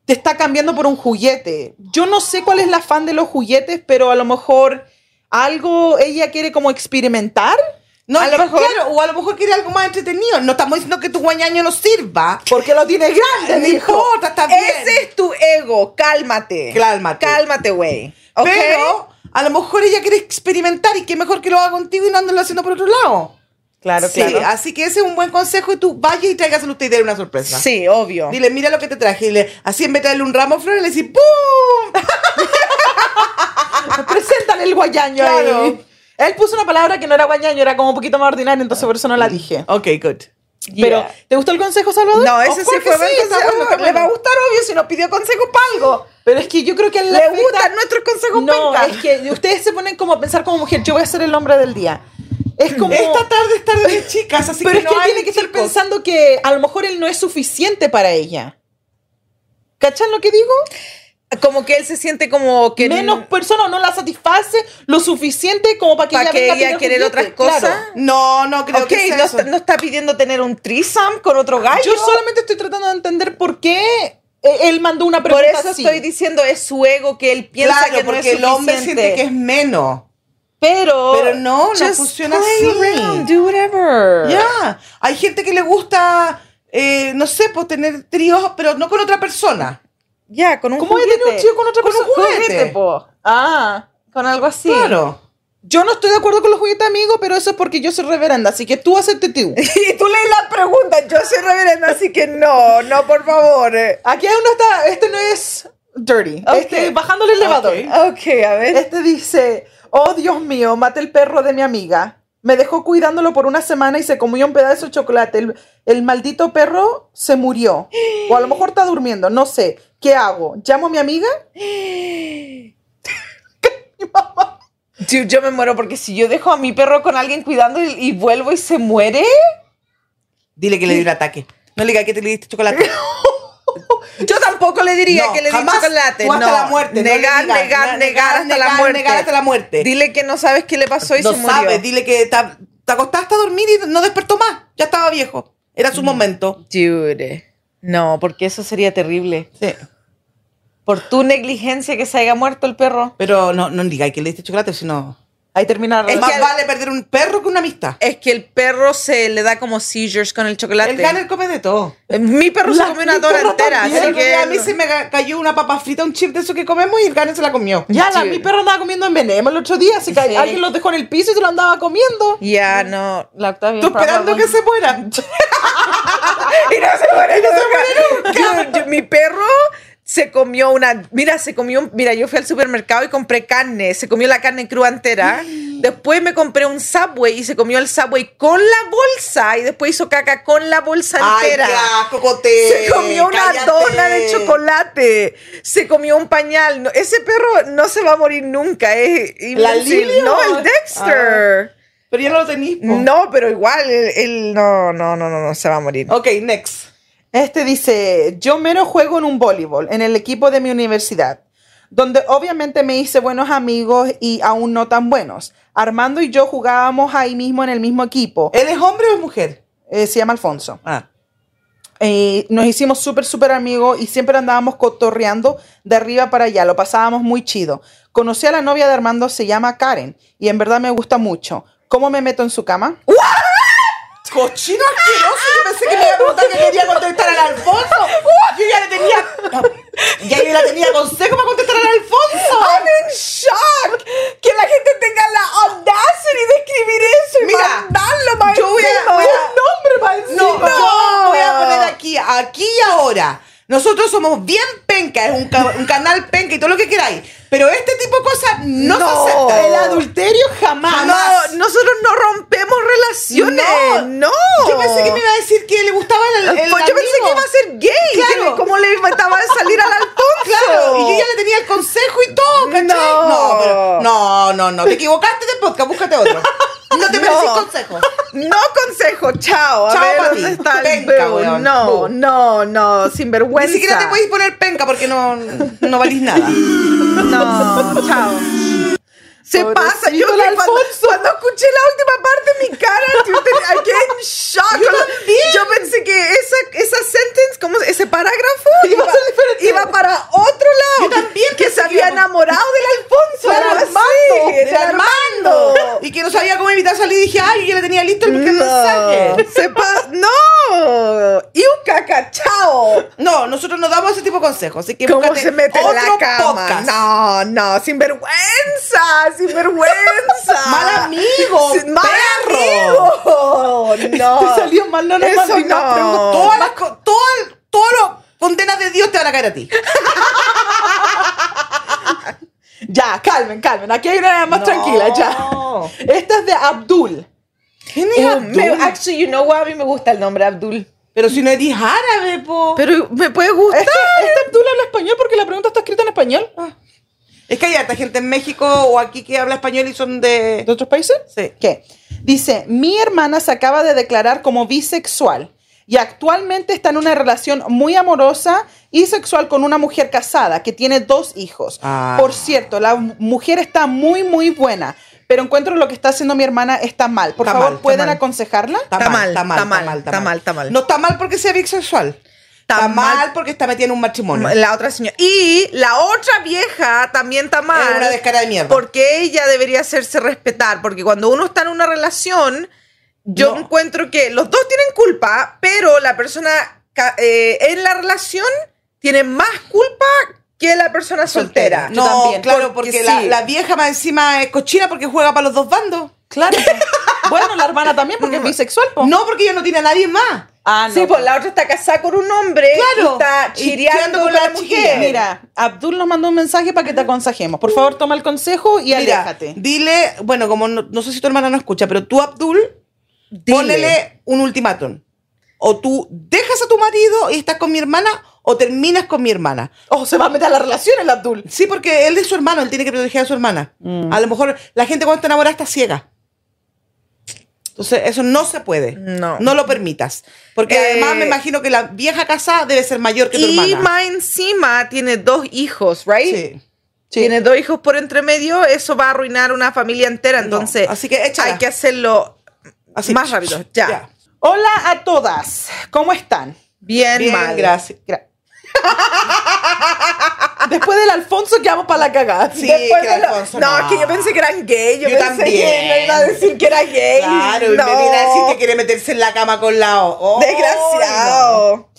[SPEAKER 2] te está cambiando por un juguete. Yo no sé cuál es la afán de los juguetes, pero a lo mejor algo ella quiere como experimentar.
[SPEAKER 3] No,
[SPEAKER 2] a lo
[SPEAKER 3] yo-
[SPEAKER 2] mejor
[SPEAKER 3] claro, o a lo mejor quiere algo más entretenido. No estamos diciendo que tu guañaño no sirva.
[SPEAKER 2] porque lo tiene
[SPEAKER 3] No
[SPEAKER 2] grande, dijo.
[SPEAKER 3] importa, está bien.
[SPEAKER 1] Ese es tu ego, cálmate.
[SPEAKER 3] Cálmate.
[SPEAKER 1] Cálmate, güey. ¿Ok?
[SPEAKER 3] Pero a lo mejor ella quiere experimentar y qué mejor que lo haga contigo y no andarlo haciendo por otro lado.
[SPEAKER 2] Claro,
[SPEAKER 3] Sí, así que ese es un buen consejo y tú vayas y tráigaselo a usted y dele una sorpresa.
[SPEAKER 1] Sí, obvio.
[SPEAKER 3] Dile, mira lo que te traje. Y le, así en vez de darle un ramo de flores, le decís ¡pum!
[SPEAKER 2] Preséntale el guayaño
[SPEAKER 3] Claro.
[SPEAKER 2] ahí. Él puso una palabra que no era guayaño, era como un poquito más ordinaria, entonces por eso no la dije.
[SPEAKER 3] Ok, good.
[SPEAKER 2] Pero, ¿te gustó el consejo, Salvador?
[SPEAKER 1] No, ese
[SPEAKER 2] Of
[SPEAKER 1] sí
[SPEAKER 2] course
[SPEAKER 1] fue
[SPEAKER 2] que
[SPEAKER 1] buen
[SPEAKER 2] está
[SPEAKER 1] consejo.
[SPEAKER 2] bueno, está
[SPEAKER 1] Le va a
[SPEAKER 2] bueno.
[SPEAKER 1] gustar, obvio, si nos pidió consejos para algo.
[SPEAKER 2] Pero es que yo creo que a él
[SPEAKER 1] Le
[SPEAKER 2] afecta-
[SPEAKER 1] gustan nuestros consejos
[SPEAKER 2] No,
[SPEAKER 1] penca.
[SPEAKER 2] es que ustedes se ponen como a pensar como mujer, yo voy a ser el hombre del día. Es como...
[SPEAKER 3] Esta tarde es tarde de chicas, así
[SPEAKER 2] pero
[SPEAKER 3] que
[SPEAKER 2] es
[SPEAKER 3] no
[SPEAKER 2] que él
[SPEAKER 3] hay
[SPEAKER 2] tiene que estar
[SPEAKER 3] chicos.
[SPEAKER 2] pensando que a lo mejor él no es suficiente para ella. ¿Cachan lo que digo?
[SPEAKER 1] Como que él se siente como que...
[SPEAKER 2] Menos persona o no la satisface lo suficiente como para que
[SPEAKER 1] Pa'
[SPEAKER 2] ella
[SPEAKER 1] que
[SPEAKER 2] venga a
[SPEAKER 1] ella
[SPEAKER 2] pedir
[SPEAKER 1] quiere
[SPEAKER 2] juguete,
[SPEAKER 1] otras cosas.
[SPEAKER 2] claro.
[SPEAKER 3] No, no creo
[SPEAKER 1] Ok,
[SPEAKER 3] que sea
[SPEAKER 1] no
[SPEAKER 3] eso.
[SPEAKER 1] está, no está pidiendo tener un threesome con otro gallo.
[SPEAKER 2] Yo solamente estoy tratando de entender por qué eh, él mandó una
[SPEAKER 1] Por
[SPEAKER 2] pregunta
[SPEAKER 1] eso
[SPEAKER 2] así.
[SPEAKER 1] estoy diciendo, es su ego que él piensa
[SPEAKER 3] Claro,
[SPEAKER 1] que no
[SPEAKER 3] porque
[SPEAKER 1] es suficiente.
[SPEAKER 3] el hombre siente que es menos.
[SPEAKER 1] Pero,
[SPEAKER 3] Pero no, no funciona así.
[SPEAKER 1] do whatever.
[SPEAKER 3] Ya, hay gente que le gusta, eh, no sé, pues tener tríos, pero no con otra persona.
[SPEAKER 1] Ya, con un
[SPEAKER 2] ¿Cómo ella
[SPEAKER 1] juguete.
[SPEAKER 2] tiene un chico con otra
[SPEAKER 3] Con un
[SPEAKER 2] persona?
[SPEAKER 3] juguete.
[SPEAKER 2] po. Ah, con algo así.
[SPEAKER 3] Claro.
[SPEAKER 2] Yo no estoy de acuerdo con los juguetes, amigo, pero eso es porque yo soy reverenda, así que tú hacerte tú.
[SPEAKER 1] Y tú lees la pregunta, yo soy reverenda, así que no, no, por favor. eh.
[SPEAKER 2] Aquí hay uno está, este no es dirty,
[SPEAKER 1] Ok.
[SPEAKER 2] este bajándole el elevador.
[SPEAKER 3] Ok.
[SPEAKER 1] Ok, a ver.
[SPEAKER 2] Este dice, oh Dios mío, maté el perro de mi amiga. Me dejó cuidándolo por una semana y se comió un pedazo de chocolate. El, el maldito perro se murió. O a lo mejor está durmiendo, no sé. ¿Qué hago? ¿Llamo a mi amiga?
[SPEAKER 1] Dude, yo me muero porque si yo dejo a mi perro con alguien cuidando y, y vuelvo y se muere.
[SPEAKER 3] Dile que le dio un ataque. No le diga que te le diste chocolate.
[SPEAKER 1] Yo tampoco le diría que le di
[SPEAKER 3] jamás.
[SPEAKER 1] chocolate.
[SPEAKER 3] Tú hasta
[SPEAKER 1] no.
[SPEAKER 3] la muerte. no le
[SPEAKER 1] Negar,
[SPEAKER 3] digas.
[SPEAKER 1] negar,
[SPEAKER 3] No,
[SPEAKER 1] negar, hasta la muerte.
[SPEAKER 3] Negar hasta la muerte.
[SPEAKER 1] Dile que no sabes qué le pasó y
[SPEAKER 3] no
[SPEAKER 1] se murió.
[SPEAKER 3] sabes, dile que te, te acostaste a dormir y no despertó más. Ya estaba viejo. Era
[SPEAKER 1] Mm.
[SPEAKER 3] su momento.
[SPEAKER 1] Dude. No, porque eso sería terrible.
[SPEAKER 3] Sí.
[SPEAKER 1] Por tu negligencia que se haya muerto el perro.
[SPEAKER 3] Pero no, no diga que le diste chocolate, sino.
[SPEAKER 2] Ahí termina la
[SPEAKER 1] Es
[SPEAKER 3] más
[SPEAKER 1] que-
[SPEAKER 3] vale perder un perro que una amistad.
[SPEAKER 1] Es que el perro se le da como seizures con el chocolate. Eh,
[SPEAKER 3] El Garner come de todo.
[SPEAKER 1] Mi perro
[SPEAKER 2] La-
[SPEAKER 1] se comió una
[SPEAKER 2] mi
[SPEAKER 1] dora
[SPEAKER 2] perro
[SPEAKER 1] entera,
[SPEAKER 2] también,
[SPEAKER 1] así
[SPEAKER 3] El otro
[SPEAKER 1] que
[SPEAKER 3] día a mí se me ca- cayó una papa frita, un chip de eso que comemos y el Garner se la comió.
[SPEAKER 2] Ya, la,
[SPEAKER 1] Sí.
[SPEAKER 2] mi perro andaba comiendo en veneno el otro día, así que
[SPEAKER 1] Sí.
[SPEAKER 2] alguien los dejó en el piso y se lo andaba comiendo.
[SPEAKER 1] Ya, no, la Octavia.
[SPEAKER 3] Tú esperando que se muera.
[SPEAKER 1] Y no se muere, no se muere nunca. Yo- yo- mi perro se comió una. Mira, se comió. un- Mira, yo fui al supermercado y compré carne. Se comió la carne cruda entera. Después me compré un subway y se comió el subway con la bolsa. Y después hizo caca con la bolsa
[SPEAKER 3] Ay,
[SPEAKER 1] entera.
[SPEAKER 3] qué asco, Cote.
[SPEAKER 1] Se comió una
[SPEAKER 3] Eh, Cállate.
[SPEAKER 1] dona de chocolate. Se comió un pañal. No, ese perro no se va a morir nunca. Es
[SPEAKER 3] ¿La Ah. Oh.
[SPEAKER 1] invencible.
[SPEAKER 3] Lili o-
[SPEAKER 1] No, el Dexter.
[SPEAKER 3] Pero ya no lo tenís. po.
[SPEAKER 1] No, pero igual, él, él no, no, no, no, no se va a morir.
[SPEAKER 3] Ok, next.
[SPEAKER 2] Este dice, yo mero juego en un voleibol, en el equipo de mi universidad, donde obviamente me hice buenos amigos y aún no tan buenos. Armando y yo jugábamos ahí mismo en el mismo equipo.
[SPEAKER 3] ¿Él es hombre o es mujer?
[SPEAKER 2] Eh, se llama Alfonso.
[SPEAKER 3] Ah.
[SPEAKER 2] Eh, nos hicimos súper, súper amigos y siempre andábamos cotorreando de arriba para allá. Lo pasábamos muy chido. Conocí a la novia de Armando, se llama Karen, y en verdad me gusta mucho. ¿Cómo me meto en su cama?
[SPEAKER 3] Cochino asqueroso. Yo pensé que me iba a preguntar que quería contestar al Alfonso. Yo ya le tenía. Ya yo la tenía consejo para contestar al Alfonso.
[SPEAKER 1] I'm in shock que la gente tenga la audacity de escribir eso y
[SPEAKER 3] Mira,
[SPEAKER 1] mandarlo más
[SPEAKER 3] yo voy a-
[SPEAKER 1] encima.
[SPEAKER 3] voy a-
[SPEAKER 2] ¡Nombre, más
[SPEAKER 3] No,
[SPEAKER 2] encima!
[SPEAKER 3] yo voy a poner aquí, aquí y ahora. Nosotros somos bien penca, es un, ca- un canal penca y todo lo que queráis. Pero este tipo de cosas
[SPEAKER 1] No,
[SPEAKER 3] no, se aceptan.
[SPEAKER 2] El adulterio jamás.
[SPEAKER 3] Jamás.
[SPEAKER 1] No, nosotros no rompemos relaciones. No.
[SPEAKER 3] Yo pensé que me iba a decir que le gustaba el, el
[SPEAKER 1] Pues yo pensé
[SPEAKER 3] amigo.
[SPEAKER 1] que iba a ser gay.
[SPEAKER 3] Claro.
[SPEAKER 1] que le- como le mataba de salir al Alfonso.
[SPEAKER 3] Claro, y yo ya le tenía el consejo y todo, ¿cachai?
[SPEAKER 1] No.
[SPEAKER 3] no, pero- no, no, no, te equivocaste de podcast, búscate otro. No te
[SPEAKER 1] No.
[SPEAKER 3] mereces consejo.
[SPEAKER 1] No consejo, chao. A
[SPEAKER 3] Chao,
[SPEAKER 1] ver,
[SPEAKER 3] papi.
[SPEAKER 1] ¿dónde está el
[SPEAKER 3] Penca,
[SPEAKER 1] boo?
[SPEAKER 3] weón.
[SPEAKER 1] No,
[SPEAKER 3] Boo.
[SPEAKER 1] no, no,
[SPEAKER 3] Ni
[SPEAKER 1] sinvergüenza.
[SPEAKER 3] siquiera te podéis poner penca porque no, no valís nada.
[SPEAKER 1] No, chao. Se
[SPEAKER 2] Pobrecito
[SPEAKER 1] pasa. Yo
[SPEAKER 2] el
[SPEAKER 1] le- cuando, cuando escuché la última parte, mi cara, dude, te- I get in shock. Yo, pensé que esa, esa sentence, como ese parágrafo,
[SPEAKER 2] Iba a ser diferente.
[SPEAKER 1] iba para otro lado.
[SPEAKER 3] Yo también
[SPEAKER 1] que se
[SPEAKER 3] pensé que
[SPEAKER 1] había
[SPEAKER 3] iba-
[SPEAKER 1] enamorado del Alfonso.
[SPEAKER 2] Del
[SPEAKER 1] algo así,
[SPEAKER 2] Armando,
[SPEAKER 1] del
[SPEAKER 2] del
[SPEAKER 1] Armando.
[SPEAKER 3] Y que no sabía cómo evitar salir y dije, ay, yo ya le tenía listo el
[SPEAKER 1] No,
[SPEAKER 3] mensaje.
[SPEAKER 1] se pa- no, Iucaca, chao.
[SPEAKER 3] No, no, nosotros no damos ese tipo de consejos. Así que
[SPEAKER 1] ¿Cómo
[SPEAKER 3] búscate
[SPEAKER 1] se mete en la
[SPEAKER 3] otro
[SPEAKER 1] cama?
[SPEAKER 3] podcast.
[SPEAKER 1] No, no, sinvergüenza, sinvergüenza.
[SPEAKER 3] Mal amigo,
[SPEAKER 1] Sin- mal
[SPEAKER 3] perro.
[SPEAKER 1] amigo.
[SPEAKER 2] Te
[SPEAKER 1] No.
[SPEAKER 2] salió mal, no, no,
[SPEAKER 1] Eso
[SPEAKER 2] mal, no,
[SPEAKER 1] no.
[SPEAKER 2] pero-
[SPEAKER 3] Todas las co- todas- todas las condenas de Dios te van a caer a ti.
[SPEAKER 2] Ya, calmen, calmen. Aquí hay una nada más
[SPEAKER 3] No.
[SPEAKER 2] tranquila, ya. Esta es de Abdul.
[SPEAKER 3] ¿Quién es
[SPEAKER 1] Eh, me-
[SPEAKER 3] Abdul?
[SPEAKER 1] actually, you know what? A mí me gusta el nombre Abdul.
[SPEAKER 3] Pero si no eres árabe, po.
[SPEAKER 1] Pero me puede gustar.
[SPEAKER 2] Este, este Abdul habla español porque la pregunta está escrita en español.
[SPEAKER 3] Es que hay harta gente en México o aquí que habla español y son de.
[SPEAKER 2] ¿De otros países?
[SPEAKER 3] Sí.
[SPEAKER 2] ¿Qué? Dice, mi hermana se acaba de declarar como bisexual y actualmente está en una relación muy amorosa y sexual con una mujer casada que tiene dos hijos.
[SPEAKER 3] Ah.
[SPEAKER 2] Por cierto, la mu- mujer está muy, muy buena, pero encuentro lo que está haciendo mi hermana está mal. Por
[SPEAKER 3] Está
[SPEAKER 2] favor,
[SPEAKER 3] mal, está
[SPEAKER 2] ¿pueden
[SPEAKER 1] mal.
[SPEAKER 2] aconsejarla?
[SPEAKER 1] Está mal, está mal, está mal, está mal.
[SPEAKER 3] No está mal porque sea bisexual.
[SPEAKER 1] Está
[SPEAKER 3] Está,
[SPEAKER 1] mal-
[SPEAKER 3] mal, porque está metida en un matrimonio.
[SPEAKER 1] La otra señora. Y la otra vieja también está mal.
[SPEAKER 3] Es una descarada de mierda.
[SPEAKER 1] Porque ella debería hacerse respetar. Porque cuando uno está en una relación, yo
[SPEAKER 3] No.
[SPEAKER 1] encuentro que los dos tienen culpa, pero la persona ca- eh, en la relación tiene más culpa que la persona soltera.
[SPEAKER 2] Soltera.
[SPEAKER 3] no,
[SPEAKER 2] yo también,
[SPEAKER 3] claro,
[SPEAKER 1] porque
[SPEAKER 3] porque, la,
[SPEAKER 1] sí.
[SPEAKER 3] la vieja más encima es cochina porque juega para los dos bandos.
[SPEAKER 2] Claro. bueno, la hermana también porque es bisexual. po.
[SPEAKER 3] No, porque ella no tiene a nadie más.
[SPEAKER 2] Ah, no.
[SPEAKER 1] sí, pues la otra está casada con un hombre
[SPEAKER 3] Claro.
[SPEAKER 1] y está
[SPEAKER 3] Y
[SPEAKER 1] chireando
[SPEAKER 3] chileando
[SPEAKER 1] con,
[SPEAKER 3] con
[SPEAKER 1] la,
[SPEAKER 3] la
[SPEAKER 1] mujer.
[SPEAKER 3] chiquilla.
[SPEAKER 2] Mira, Abdul nos mandó un mensaje para que te aconsejemos. Por favor, toma el consejo y
[SPEAKER 3] Mira,
[SPEAKER 2] aléjate.
[SPEAKER 3] dile, bueno, como no, no sé si tu hermana no escucha, pero tú, Abdul,
[SPEAKER 1] Dile.
[SPEAKER 3] ponele un ultimátum. O tú dejas a tu marido y estás con mi hermana, o terminas con mi hermana.
[SPEAKER 2] Oh, se va a meter a la relación el Abdul.
[SPEAKER 3] Sí, porque él es su hermano, él tiene que proteger a su hermana.
[SPEAKER 1] Mm.
[SPEAKER 3] A lo mejor la gente cuando está enamorada está ciega. Entonces, eso no se puede.
[SPEAKER 1] No.
[SPEAKER 3] No lo permitas. Porque
[SPEAKER 1] Eh,
[SPEAKER 3] además me imagino que la vieja casada debe ser mayor que tu
[SPEAKER 1] Y
[SPEAKER 3] hermana.
[SPEAKER 1] más encima tiene dos hijos, ¿right?
[SPEAKER 3] Sí.
[SPEAKER 2] Sí.
[SPEAKER 1] Tiene dos hijos por entre medio, eso va a arruinar una familia entera. Entonces,
[SPEAKER 3] así que échala.
[SPEAKER 1] hay que hacerlo
[SPEAKER 3] Así.
[SPEAKER 1] más rápido. Ya.
[SPEAKER 3] Ya.
[SPEAKER 2] Hola a todas. ¿Cómo están?
[SPEAKER 1] Bien,
[SPEAKER 3] Bien,
[SPEAKER 1] mal.
[SPEAKER 3] gracias.
[SPEAKER 2] Gra- Después del Alfonso quedamos para la cagada.
[SPEAKER 3] Sí,
[SPEAKER 1] Después
[SPEAKER 3] que
[SPEAKER 1] de lo-
[SPEAKER 3] Alfonso,
[SPEAKER 1] no,
[SPEAKER 3] no.
[SPEAKER 1] es que yo pensé que eran gay. Yo,
[SPEAKER 3] Yo
[SPEAKER 1] pensé que
[SPEAKER 3] también.
[SPEAKER 1] me iba a decir que era gay.
[SPEAKER 3] Claro, y
[SPEAKER 1] no.
[SPEAKER 3] me viene a decir que quiere meterse en la cama con la O. ¡Oh, no!
[SPEAKER 1] Desgraciado.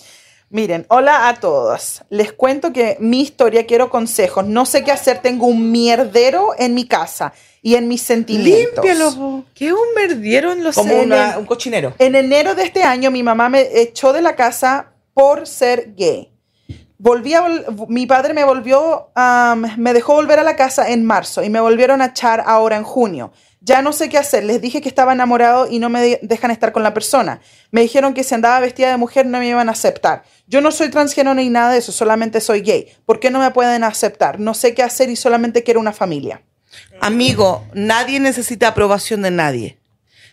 [SPEAKER 2] Miren, hola a todos. Les cuento que mi historia quiero consejos. No sé qué hacer. Tengo un mierdero en mi casa y en mis sentimientos.
[SPEAKER 3] Límpialo. po.
[SPEAKER 1] Qué un merdieron los
[SPEAKER 3] Como
[SPEAKER 1] seres.
[SPEAKER 3] una- un cochinero.
[SPEAKER 2] En enero de este año mi mamá me echó de la casa por ser gay. Volví a vol- mi padre me volvió, am, me dejó volver a la casa en marzo y me volvieron a echar ahora en junio. Ya no sé qué hacer. Les dije que estaba enamorado y no me de- dejan estar con la persona. Me dijeron que si andaba vestida de mujer no me iban a aceptar. Yo no soy transgénero ni nada de eso, solamente soy gay. ¿Por qué no me pueden aceptar? No sé qué hacer y solamente quiero una familia.
[SPEAKER 3] Amigo, nadie necesita aprobación de nadie.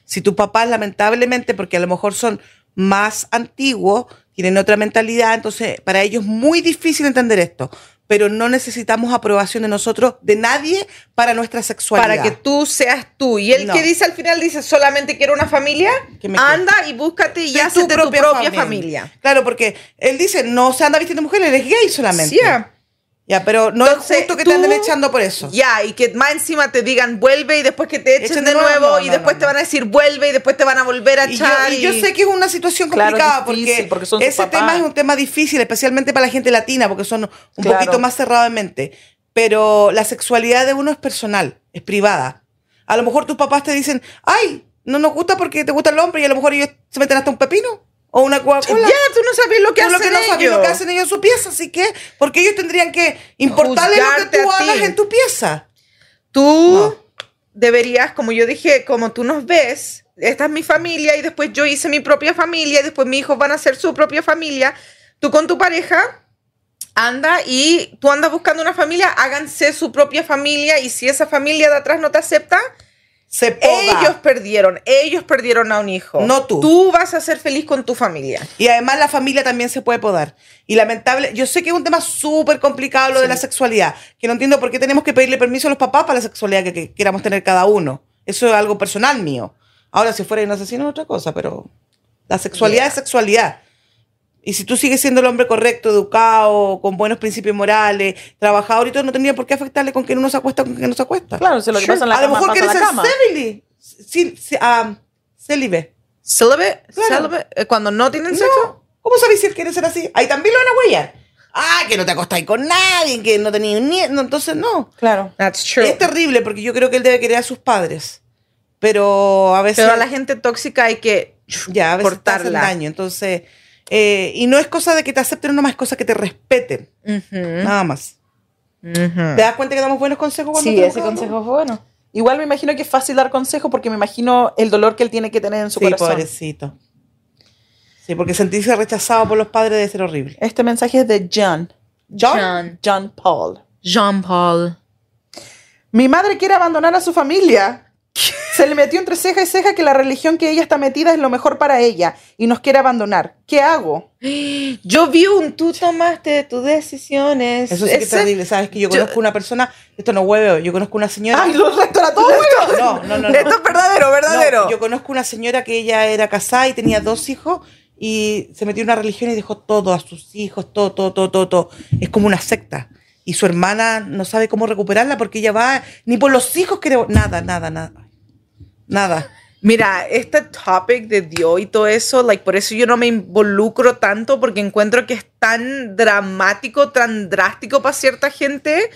[SPEAKER 3] Si tus papás, lamentablemente, porque a lo mejor son más antiguos, tienen otra mentalidad, entonces para ellos es muy difícil entender esto. Pero no necesitamos aprobación de nosotros, de nadie, para nuestra sexualidad.
[SPEAKER 1] para que tú seas tú. Y el
[SPEAKER 3] No.
[SPEAKER 1] que dice al final, dice, solamente quiero una familia,
[SPEAKER 3] Que me
[SPEAKER 1] anda y búscate y
[SPEAKER 3] De
[SPEAKER 1] hazte tu propia, familia.
[SPEAKER 3] Claro, porque él dice, no se anda vistiendo mujer, él es gay solamente.
[SPEAKER 1] Sí, ah.
[SPEAKER 3] Ya, pero no
[SPEAKER 1] Entonces,
[SPEAKER 3] es justo que
[SPEAKER 1] tú-
[SPEAKER 3] te anden echando por eso.
[SPEAKER 1] Ya, y que más encima te digan vuelve y después que te echen
[SPEAKER 3] Echen
[SPEAKER 1] de
[SPEAKER 3] de
[SPEAKER 1] nuevo,
[SPEAKER 3] nuevo, no,
[SPEAKER 1] y
[SPEAKER 3] no,
[SPEAKER 1] después
[SPEAKER 3] no,
[SPEAKER 1] te
[SPEAKER 3] no.
[SPEAKER 1] van a decir vuelve y después te van a volver a
[SPEAKER 3] Y yo,
[SPEAKER 1] echar.
[SPEAKER 3] y yo sé que es una situación
[SPEAKER 2] Claro,
[SPEAKER 3] complicada
[SPEAKER 2] difícil, porque
[SPEAKER 3] porque,
[SPEAKER 2] son sus
[SPEAKER 3] ese
[SPEAKER 2] papás.
[SPEAKER 3] tema es un tema difícil, especialmente para la gente latina, porque son un
[SPEAKER 2] Claro.
[SPEAKER 3] poquito más cerrados de mente. Pero la sexualidad de uno es personal, es privada. A lo mejor tus papás te dicen, ay, no nos gusta porque te gusta el hombre, y a lo mejor ellos se meten hasta un pepino o una Coca-Cola.
[SPEAKER 1] Ya, tú no sabes lo que
[SPEAKER 3] Tú lo
[SPEAKER 1] hacen
[SPEAKER 3] que no sabes
[SPEAKER 1] ellos.
[SPEAKER 3] lo que hacen ellos en su pieza, así que, porque ellos tendrían que importarle lo
[SPEAKER 1] Juzgarte
[SPEAKER 3] que tú
[SPEAKER 1] a ti.
[SPEAKER 3] hagas en tu pieza.
[SPEAKER 1] Tú
[SPEAKER 3] No.
[SPEAKER 1] deberías, como yo dije, como tú nos ves, esta es mi familia y después yo hice mi propia familia y después mis hijos van a hacer su propia familia. Tú con tu pareja anda y tú andas buscando una familia, háganse su propia familia y si esa familia de atrás no te acepta,
[SPEAKER 3] Se poda.
[SPEAKER 1] ellos perdieron, ellos perdieron a un hijo.
[SPEAKER 3] No tú.
[SPEAKER 1] Tú vas a ser feliz con tu familia.
[SPEAKER 3] Y además la familia también se puede podar. Y lamentable, yo sé que es un tema súper complicado lo de la sexualidad, que no entiendo por qué tenemos que pedirle permiso a los papás para la sexualidad que, que queramos tener cada uno. Eso es algo personal mío. Ahora, si fuera un asesino es otra cosa, pero la sexualidad
[SPEAKER 1] Yeah.
[SPEAKER 3] es sexualidad. Y si tú sigues siendo el hombre correcto, educado, con buenos principios morales, trabajador y todo, no tendría por qué afectarle con que uno se acuesta con que no se acuesta.
[SPEAKER 2] Claro, si lo que pasa en la
[SPEAKER 3] a lo
[SPEAKER 2] cama
[SPEAKER 3] mejor
[SPEAKER 2] pasa
[SPEAKER 3] quieres
[SPEAKER 2] en la
[SPEAKER 3] ser
[SPEAKER 2] cama.
[SPEAKER 3] célibate. Sí, sí, ah, célibe.
[SPEAKER 1] Célibe,
[SPEAKER 3] Claro.
[SPEAKER 1] célibe, eh, cuando no tienen
[SPEAKER 3] No.
[SPEAKER 1] sexo.
[SPEAKER 3] ¿Cómo sabéis si él quiere ser así? Ahí también lo van a huellar. Ah, que no te acostáis con nadie, que no tenéis un nieto. Entonces, no.
[SPEAKER 2] Claro.
[SPEAKER 1] That's true.
[SPEAKER 3] Es terrible porque yo creo que él debe querer a sus padres. Pero a veces.
[SPEAKER 1] Pero a la gente tóxica hay que
[SPEAKER 3] ya, a veces te
[SPEAKER 1] cortarla.
[SPEAKER 3] hacen daño. Entonces, eh, y no es cosa de que te acepten nomás, es cosa que te respeten.
[SPEAKER 1] Ujú.
[SPEAKER 3] Nada más.
[SPEAKER 1] Ujú.
[SPEAKER 3] ¿Te das cuenta que damos buenos consejos cuando
[SPEAKER 2] Sí,
[SPEAKER 3] tenemos
[SPEAKER 2] ese
[SPEAKER 3] cada uno?
[SPEAKER 2] consejo fue bueno. Igual me imagino que es fácil dar consejo porque me imagino el dolor que él tiene que tener en su
[SPEAKER 3] sí,
[SPEAKER 2] corazón.
[SPEAKER 3] pobrecito. Sí, porque sentirse rechazado por los padres debe ser horrible.
[SPEAKER 2] Este mensaje es de John.
[SPEAKER 1] John.
[SPEAKER 2] John Paul.
[SPEAKER 1] Jean Paul.
[SPEAKER 2] Mi madre quiere abandonar a su familia. Se le metió entre ceja y ceja que la religión que ella está metida es lo mejor para ella y nos quiere abandonar. ¿Qué hago?
[SPEAKER 1] Yo vi un tú tomaste de tus decisiones.
[SPEAKER 3] Eso sí que es
[SPEAKER 1] Ese-
[SPEAKER 3] terrible. Sabes que yo
[SPEAKER 1] yo-
[SPEAKER 3] conozco una persona, esto no hueveo, yo conozco una señora.
[SPEAKER 2] Ay, los resto era todo. huevón.
[SPEAKER 3] no, no, no, no.
[SPEAKER 1] Esto es verdadero, verdadero.
[SPEAKER 3] No, yo conozco una señora que ella era casada y tenía dos hijos y se metió en una religión y dejó todo a sus hijos, todo, todo, todo, todo, todo. Es como una secta. Y su hermana no sabe cómo recuperarla porque ella va, ni por los hijos creo, nada, nada, nada. Nada.
[SPEAKER 1] Mira, este topic de Dios y todo eso, like, por eso yo no me involucro tanto porque encuentro que es tan dramático, tan drástico para cierta gente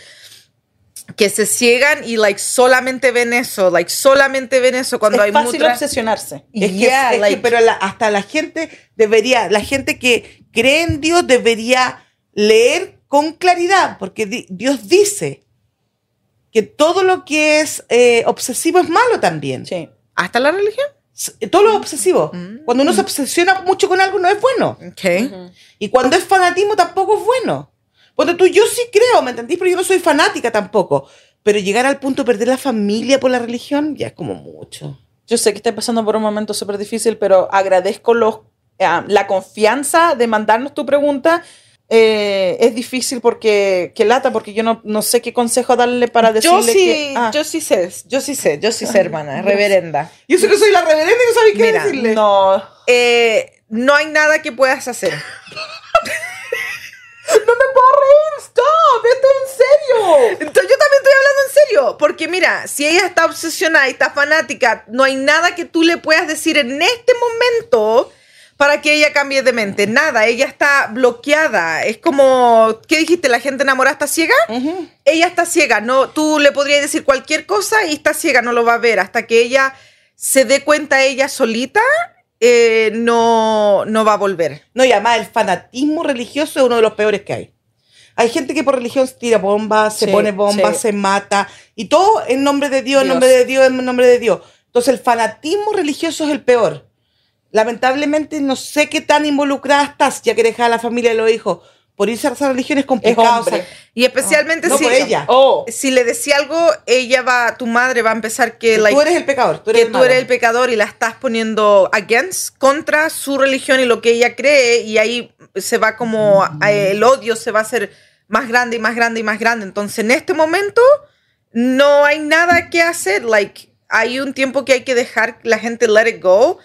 [SPEAKER 1] que se ciegan y like solamente ven eso, like solamente ven eso cuando
[SPEAKER 2] es
[SPEAKER 1] hay
[SPEAKER 2] fácil
[SPEAKER 1] mutra-
[SPEAKER 2] obsesionarse.
[SPEAKER 3] Es que,
[SPEAKER 1] Yeah,
[SPEAKER 3] es que-
[SPEAKER 1] like-
[SPEAKER 3] pero la- hasta la gente debería, la gente que cree en Dios debería leer con claridad, porque di- Dios dice que todo lo que es eh, obsesivo es malo también.
[SPEAKER 2] Sí.
[SPEAKER 1] hasta la religión.
[SPEAKER 3] S- eh, Todo lo obsesivo.
[SPEAKER 1] Mm.
[SPEAKER 3] Cuando uno se obsesiona mucho con algo no es bueno.
[SPEAKER 1] Okay.
[SPEAKER 3] Y cuando es fanatismo tampoco es bueno. Cuando tú, yo sí creo, ¿me entendís? Pero yo no soy fanática tampoco. Pero llegar al punto de perder la familia por la religión ya es como mucho.
[SPEAKER 2] Yo sé que estoy pasando por un momento súper difícil, pero agradezco los, eh, la confianza de mandarnos tu pregunta. Eh, es difícil porque, que lata, porque yo no, no sé qué consejo darle para decirle
[SPEAKER 1] Yo sí,
[SPEAKER 2] que... ah,
[SPEAKER 1] yo sí sé, yo sí sé, yo sí sé, hermana, reverenda.
[SPEAKER 3] Yo sé que soy la reverenda y no sabía
[SPEAKER 1] qué
[SPEAKER 3] qué
[SPEAKER 1] decirle.
[SPEAKER 3] decirle.
[SPEAKER 2] no,
[SPEAKER 1] Eh, no hay nada que puedas hacer.
[SPEAKER 2] no me puedo reír, stop, esto es en serio.
[SPEAKER 1] Entonces yo también estoy hablando en serio, porque mira, si ella está obsesionada y está fanática, no hay nada que tú le puedas decir en este momento para que ella cambie de mente. Nada, ella está bloqueada. Es como, ¿qué dijiste? ¿La gente enamorada está ciega?
[SPEAKER 3] Ujú.
[SPEAKER 1] Ella está ciega, no, tú le podrías decir cualquier cosa y está ciega, no lo va a ver. Hasta que ella se dé cuenta ella solita, eh, no, no va a volver.
[SPEAKER 3] No, y además el fanatismo religioso es uno de los peores que hay. Hay gente que por religión se tira bombas, se
[SPEAKER 2] Sí,
[SPEAKER 3] pone bombas,
[SPEAKER 2] sí.
[SPEAKER 3] se mata, y todo en nombre de Dios, en
[SPEAKER 2] Dios.
[SPEAKER 3] nombre de Dios, en nombre de Dios. Entonces el fanatismo religioso es el peor. Lamentablemente no sé qué tan involucrada estás, ya que dejar a la familia y los hijos. Por irse a esa religión es complicado.
[SPEAKER 2] hombre.
[SPEAKER 3] o sea,
[SPEAKER 1] Y especialmente
[SPEAKER 3] No
[SPEAKER 1] si,
[SPEAKER 3] por ella.
[SPEAKER 2] Oh,
[SPEAKER 1] si le decía algo, ella va, tu madre va a empezar que... like,
[SPEAKER 3] tú eres el pecador, tú eres
[SPEAKER 1] que
[SPEAKER 3] el
[SPEAKER 1] tú
[SPEAKER 3] malo.
[SPEAKER 1] eres el pecador y la estás poniendo against, contra su religión y lo que ella cree, y ahí se va como,
[SPEAKER 3] Mm.
[SPEAKER 1] eh, el odio se va a hacer más grande y más grande y más grande. Entonces, en este momento, no hay nada que hacer. Like, hay un tiempo que hay que dejar la gente let it go,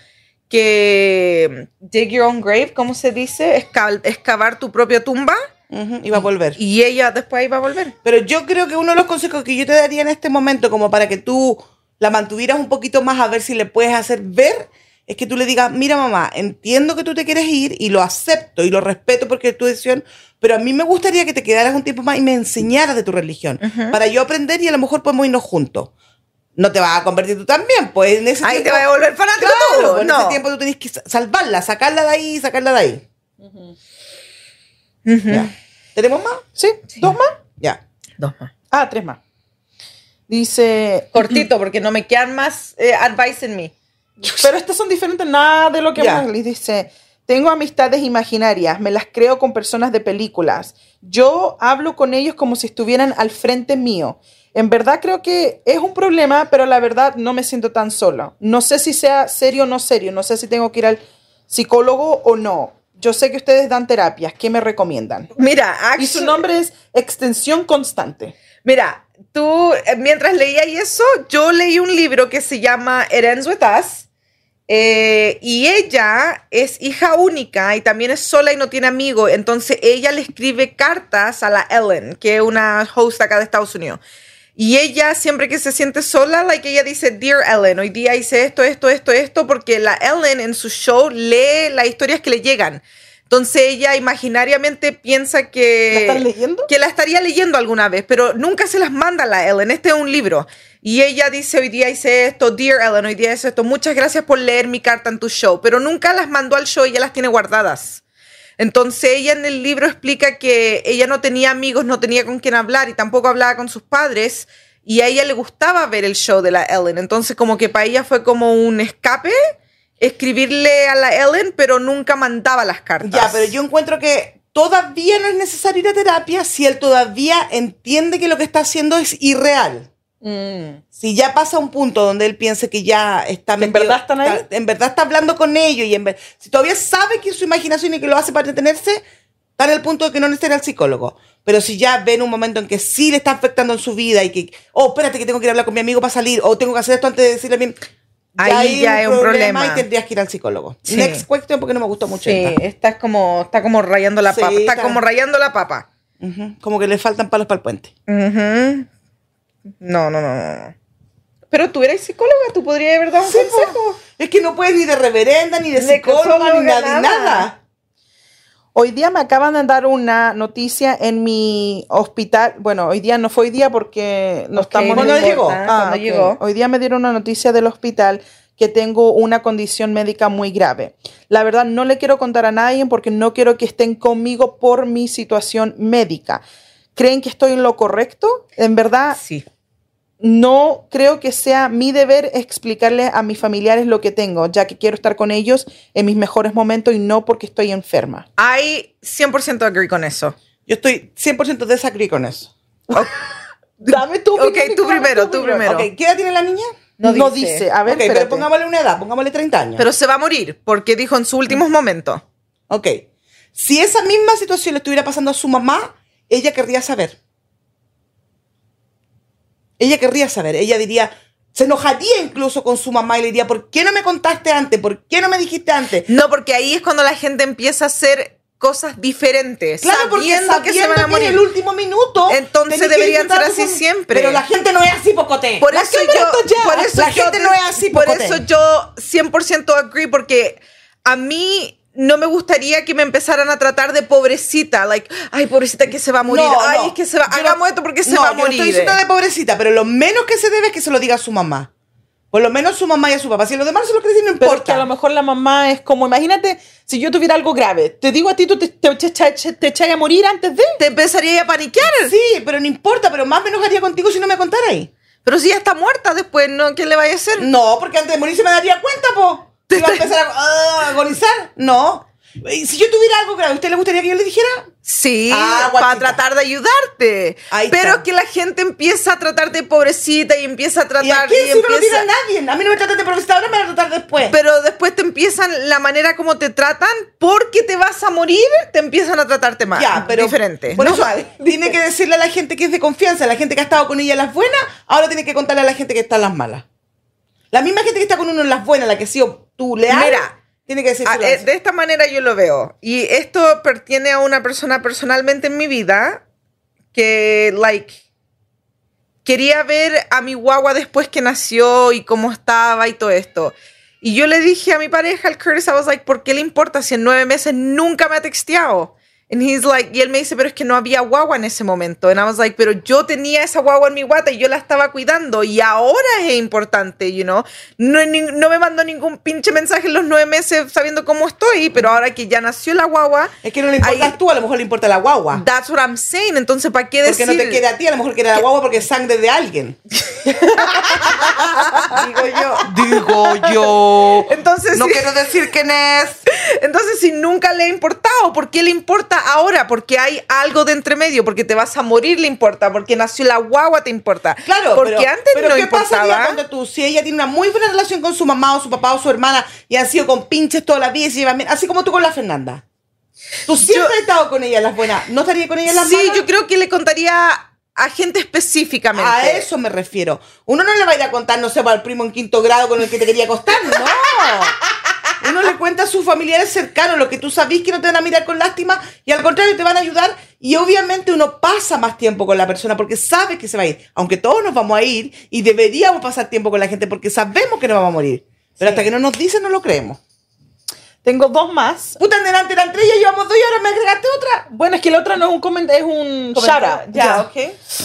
[SPEAKER 1] que dig your own grave, ¿cómo se dice? Esca- excavar tu propia tumba,
[SPEAKER 3] Ujú, y va a volver.
[SPEAKER 1] y ella después ahí va a volver.
[SPEAKER 3] Pero yo creo que uno de los consejos que yo te daría en este momento, como para que tú la mantuvieras un poquito más a ver si le puedes hacer ver, es que tú le digas, mira mamá, entiendo que tú te quieres ir y lo acepto y lo respeto porque es tu decisión, pero a mí me gustaría que te quedaras un tiempo más y me enseñaras de tu religión, para yo aprender y a lo mejor podemos irnos juntos. No te vas a convertir tú también, pues en ese
[SPEAKER 1] Ahí te
[SPEAKER 3] tiempo-
[SPEAKER 1] va a volver fanático
[SPEAKER 3] Claro,
[SPEAKER 1] tú.
[SPEAKER 3] en
[SPEAKER 1] No.
[SPEAKER 3] ese tiempo tú tenés que sa- salvarla, sacarla de ahí, sacarla de ahí.
[SPEAKER 1] Ujú.
[SPEAKER 3] Ya. ¿Tenemos más?
[SPEAKER 2] ¿sí? ¿Dos más?
[SPEAKER 3] Ya.
[SPEAKER 1] Dos más.
[SPEAKER 2] Ah, tres más. Dice,
[SPEAKER 1] cortito porque no me quedan más eh, advice en mí.
[SPEAKER 2] Pero estas son diferentes, nada de lo que
[SPEAKER 3] Ya.
[SPEAKER 2] Marlis dice. Tengo amistades imaginarias, me las creo con personas de películas. Yo hablo con ellos como si estuvieran al frente mío. En verdad creo que es un problema, pero la verdad no me siento tan sola. No sé si sea serio o no serio, no sé si tengo que ir al psicólogo o no. Yo sé que ustedes dan terapias, ¿qué me recomiendan?
[SPEAKER 1] Mira,
[SPEAKER 2] Y su
[SPEAKER 1] actu-
[SPEAKER 2] nombre es Extensión Constante.
[SPEAKER 1] mira, tú eh, mientras leía y eso, yo leí un libro que se llama It Ends With Us. eh, y ella es hija única y también es sola y no tiene amigo. Entonces ella le escribe cartas a la Ellen, que es una host acá de Estados Unidos. Y ella siempre que se siente sola, like ella dice, Dear Ellen, hoy día hice esto, esto, esto, esto, porque la Ellen en su show lee las historias que le llegan. Entonces ella imaginariamente piensa
[SPEAKER 2] ¿La
[SPEAKER 1] que
[SPEAKER 2] estás leyendo?
[SPEAKER 1] que la estaría leyendo alguna vez, pero nunca se las manda a la Ellen. Este es un libro. Y ella dice, hoy día hice esto, dear Ellen, hoy día hice esto, muchas gracias por leer mi carta en tu show, pero nunca las mandó al show y ya las tiene guardadas. Entonces ella en el libro explica que ella no tenía amigos, no tenía con quién hablar y tampoco hablaba con sus padres y a ella le gustaba ver el show de la Ellen. Entonces como que para ella fue como un escape escribirle a la Ellen, pero nunca mandaba las cartas.
[SPEAKER 3] Ya, pero yo encuentro que todavía no es necesario ir a terapia si él todavía entiende que lo que está haciendo es irreal.
[SPEAKER 2] Mm.
[SPEAKER 3] Si ya pasa un punto donde él piense que ya está
[SPEAKER 2] ¿En verdad están ahí?
[SPEAKER 3] está- en verdad está hablando con ellos y en ver- si todavía sabe que es su imaginación y que lo hace para entretenerse, está en el punto de que no necesita ir al psicólogo. Pero si ya ven un momento en que sí le está afectando en su vida y que, oh, espérate que tengo que ir a hablar con mi amigo para salir o tengo que hacer esto antes de decirle a mi...
[SPEAKER 1] Ahí ya hay un problema.
[SPEAKER 3] y tendrías que ir al psicólogo.
[SPEAKER 1] Sí.
[SPEAKER 3] Next question porque no me gustó mucho.
[SPEAKER 1] Sí,
[SPEAKER 3] esta.
[SPEAKER 1] está como, está como rayando la
[SPEAKER 3] Sí,
[SPEAKER 1] papa. Está,
[SPEAKER 3] está-
[SPEAKER 1] como rayando la papa.
[SPEAKER 3] Ujú, Como que le faltan palos para el puente.
[SPEAKER 1] Ujú. No, no, no, no. Pero tú eres psicóloga, tú podrías haber dado un
[SPEAKER 3] Sí, po.
[SPEAKER 1] consejo.
[SPEAKER 3] Es que no puedes ni de reverenda, ni de
[SPEAKER 1] De
[SPEAKER 3] psicóloga, ni
[SPEAKER 1] psicóloga,
[SPEAKER 3] nada, ni
[SPEAKER 1] nada.
[SPEAKER 3] nada.
[SPEAKER 2] Hoy día me acaban de dar una noticia en mi hospital. Bueno, hoy día no fue hoy día porque no
[SPEAKER 1] Ok,
[SPEAKER 2] estamos
[SPEAKER 3] Cuando
[SPEAKER 2] en el-
[SPEAKER 3] llegó.
[SPEAKER 1] importa,
[SPEAKER 2] Ah,
[SPEAKER 1] cuando
[SPEAKER 2] ok.
[SPEAKER 1] llegó.
[SPEAKER 2] Hoy día me dieron una noticia del hospital que tengo una condición médica muy grave. La verdad no le quiero contar a nadie porque no quiero que estén conmigo por mi situación médica. ¿Creen que estoy en lo correcto? En
[SPEAKER 3] Ah,
[SPEAKER 2] verdad,
[SPEAKER 1] Sí.
[SPEAKER 2] no creo que sea mi deber explicarles a mis familiares lo que tengo, ya que quiero estar con ellos en mis mejores momentos y no porque estoy enferma.
[SPEAKER 1] Hay 100% agree con eso.
[SPEAKER 3] Yo estoy 100% desagree con eso.
[SPEAKER 2] Dame tú.
[SPEAKER 1] Ok, tú primero, tú primero.
[SPEAKER 3] Ok, ¿qué edad tiene la niña?
[SPEAKER 2] No,
[SPEAKER 1] No
[SPEAKER 2] dice.
[SPEAKER 1] dice.
[SPEAKER 2] A ver,
[SPEAKER 3] Ok, pero
[SPEAKER 2] espérate.
[SPEAKER 3] pongámosle una edad, pongámosle 30 años.
[SPEAKER 1] Pero se va a morir porque dijo en sus
[SPEAKER 3] Mm.
[SPEAKER 1] últimos momentos.
[SPEAKER 3] ok, si esa misma situación le estuviera pasando a su mamá, ella querría saber. Ella querría saber, ella diría, se enojaría incluso con su mamá y le diría, ¿por qué no me contaste antes? ¿Por qué no me dijiste antes?
[SPEAKER 1] No, porque ahí es cuando la gente empieza a hacer cosas diferentes.
[SPEAKER 3] Claro, porque
[SPEAKER 1] sabiendo,
[SPEAKER 3] sabiendo
[SPEAKER 1] que se van a
[SPEAKER 3] en
[SPEAKER 1] morir.
[SPEAKER 3] el último minuto.
[SPEAKER 1] Entonces
[SPEAKER 3] tenés que
[SPEAKER 1] deberían
[SPEAKER 3] disfrutar
[SPEAKER 1] ser
[SPEAKER 3] tu
[SPEAKER 1] así
[SPEAKER 3] fam-
[SPEAKER 1] siempre.
[SPEAKER 3] Pero la gente no es así, Pocoté.
[SPEAKER 1] Por
[SPEAKER 3] La
[SPEAKER 1] eso
[SPEAKER 3] cámara
[SPEAKER 1] yo,
[SPEAKER 3] está ya.
[SPEAKER 1] por eso
[SPEAKER 3] la
[SPEAKER 1] yo
[SPEAKER 3] gente
[SPEAKER 1] te-
[SPEAKER 3] no es así,
[SPEAKER 1] por
[SPEAKER 3] Pocoté.
[SPEAKER 1] eso yo 100% agree porque a mí no me gustaría que me empezaran a tratar de pobrecita, like, ay, pobrecita que se va a morir,
[SPEAKER 3] No,
[SPEAKER 1] ay,
[SPEAKER 3] no.
[SPEAKER 1] es que se va,
[SPEAKER 3] Yo no-
[SPEAKER 1] hagamos esto porque se
[SPEAKER 3] no,
[SPEAKER 1] va a
[SPEAKER 3] yo no
[SPEAKER 1] morir.
[SPEAKER 3] estoy diciendo de pobrecita, pero lo menos que se debe es que se lo diga a su mamá. Por lo menos su mamá y a su papá. Si los demás se lo crecen, no
[SPEAKER 2] Porque a
[SPEAKER 3] importa.
[SPEAKER 2] lo mejor la mamá es como, imagínate, si yo tuviera algo grave, te digo a ti, tú te, te, te, te- te echai a morir antes de...
[SPEAKER 1] Te empezaría a paniquear,
[SPEAKER 3] Sí, pero no importa, pero más me enojaría contigo si no me contara ahí.
[SPEAKER 1] pero si ya está muerta después, ¿no? ¿Qué le vaya a hacer?
[SPEAKER 3] No, porque antes de morir se me daría cuenta, po. Te iba a empezar a ah, agonizar. No. Y Si yo tuviera algo grave, ¿a usted le gustaría que yo le dijera?
[SPEAKER 1] Sí,
[SPEAKER 3] Ah,
[SPEAKER 1] para
[SPEAKER 3] guachita.
[SPEAKER 1] tratar de ayudarte.
[SPEAKER 3] Ahí
[SPEAKER 1] pero
[SPEAKER 3] está.
[SPEAKER 1] es que la gente empieza a tratarte de pobrecita y empieza a
[SPEAKER 3] ¿Y a
[SPEAKER 1] tratar
[SPEAKER 3] quién si no lo
[SPEAKER 1] empieza-
[SPEAKER 3] diga a nadie? A mí no me tratan de profesor, ahora me van a tratar después.
[SPEAKER 1] Pero después te empiezan la manera como te tratan, porque te vas a morir, te empiezan a tratarte mal.
[SPEAKER 3] ya, pero
[SPEAKER 1] ah, diferente.
[SPEAKER 3] Por
[SPEAKER 1] ¿no?
[SPEAKER 3] eso tiene que decirle a la gente que es de confianza, a la gente que ha estado con ella en las buenas, ahora tiene que contarle a la gente que está en las malas. La misma gente que está con uno en las buenas, la que ha sido tú leal,
[SPEAKER 1] Mira,
[SPEAKER 3] tiene que decirle.
[SPEAKER 1] Ah, eh, de esta manera yo lo veo. Y esto pertiene a una persona personalmente en mi vida que, like, quería ver a mi guagua después que nació y cómo estaba y todo esto. Y yo le dije a mi pareja, al Curtis, I was like, ¿por qué le importa si en nueve meses nunca me ha texteado? And he's like, y él me dice, pero es que no había guagua en ese momento. And I was like, pero yo tenía esa guagua en mi guata y yo la estaba cuidando y ahora es importante, you know. No, ni- no me mandó ningún pinche mensaje en los nueve meses sabiendo cómo estoy, pero ahora que ya nació la guagua,
[SPEAKER 3] es que no le importas
[SPEAKER 1] ahí-
[SPEAKER 3] tú, a lo mejor le importa la guagua.
[SPEAKER 1] that's what I'm saying. Entonces, ¿para qué
[SPEAKER 3] Ah. Porque
[SPEAKER 1] decir?
[SPEAKER 3] no te quiere a ti, a lo mejor quiere a la guagua porque es sangre de alguien. digo yo. Digo yo.
[SPEAKER 1] Entonces, sí.
[SPEAKER 3] decir quién es.
[SPEAKER 1] Entonces, si nunca le ha importado, ¿por qué le importa ahora? Porque hay algo de entre medio, porque te vas a morir le importa, porque nació la guagua te importa.
[SPEAKER 3] Claro,
[SPEAKER 1] porque
[SPEAKER 3] pero-
[SPEAKER 1] antes
[SPEAKER 3] pero
[SPEAKER 1] no
[SPEAKER 3] ¿qué pasaría
[SPEAKER 1] importaba.
[SPEAKER 3] cuando tú, si ella tiene una muy buena relación con su mamá o su papá o su hermana y han sido con pinches toda la vida y se llevan bien, así como tú con la Fernanda? Tú siempre has estado con ella en las buenas, ¿no estaría con ella en las
[SPEAKER 1] Sí,
[SPEAKER 3] malas?
[SPEAKER 1] yo creo que le contaría a gente específicamente.
[SPEAKER 3] A eso me refiero. Uno no le va a ir a contar, no sé, para el primo en quinto grado con el que te quería acostar, no. Uno le cuenta a sus familiares cercanos lo que tú sabes que no te van a mirar con lástima y al contrario te van a ayudar. Y obviamente uno pasa más tiempo con la persona porque sabe que se va a ir. Aunque todos nos vamos a ir y deberíamos pasar tiempo con la gente porque sabemos que nos vamos a morir. Pero hasta que no nos dicen no lo creemos.
[SPEAKER 2] Tengo dos más.
[SPEAKER 3] Puta, delante eran tres, ya llevamos dos y ahora me agregaste otra.
[SPEAKER 2] Bueno, es que la otra no es un comentario, es un shout
[SPEAKER 3] Comenta-
[SPEAKER 2] out.
[SPEAKER 3] Ya,
[SPEAKER 2] Ya.
[SPEAKER 3] ok.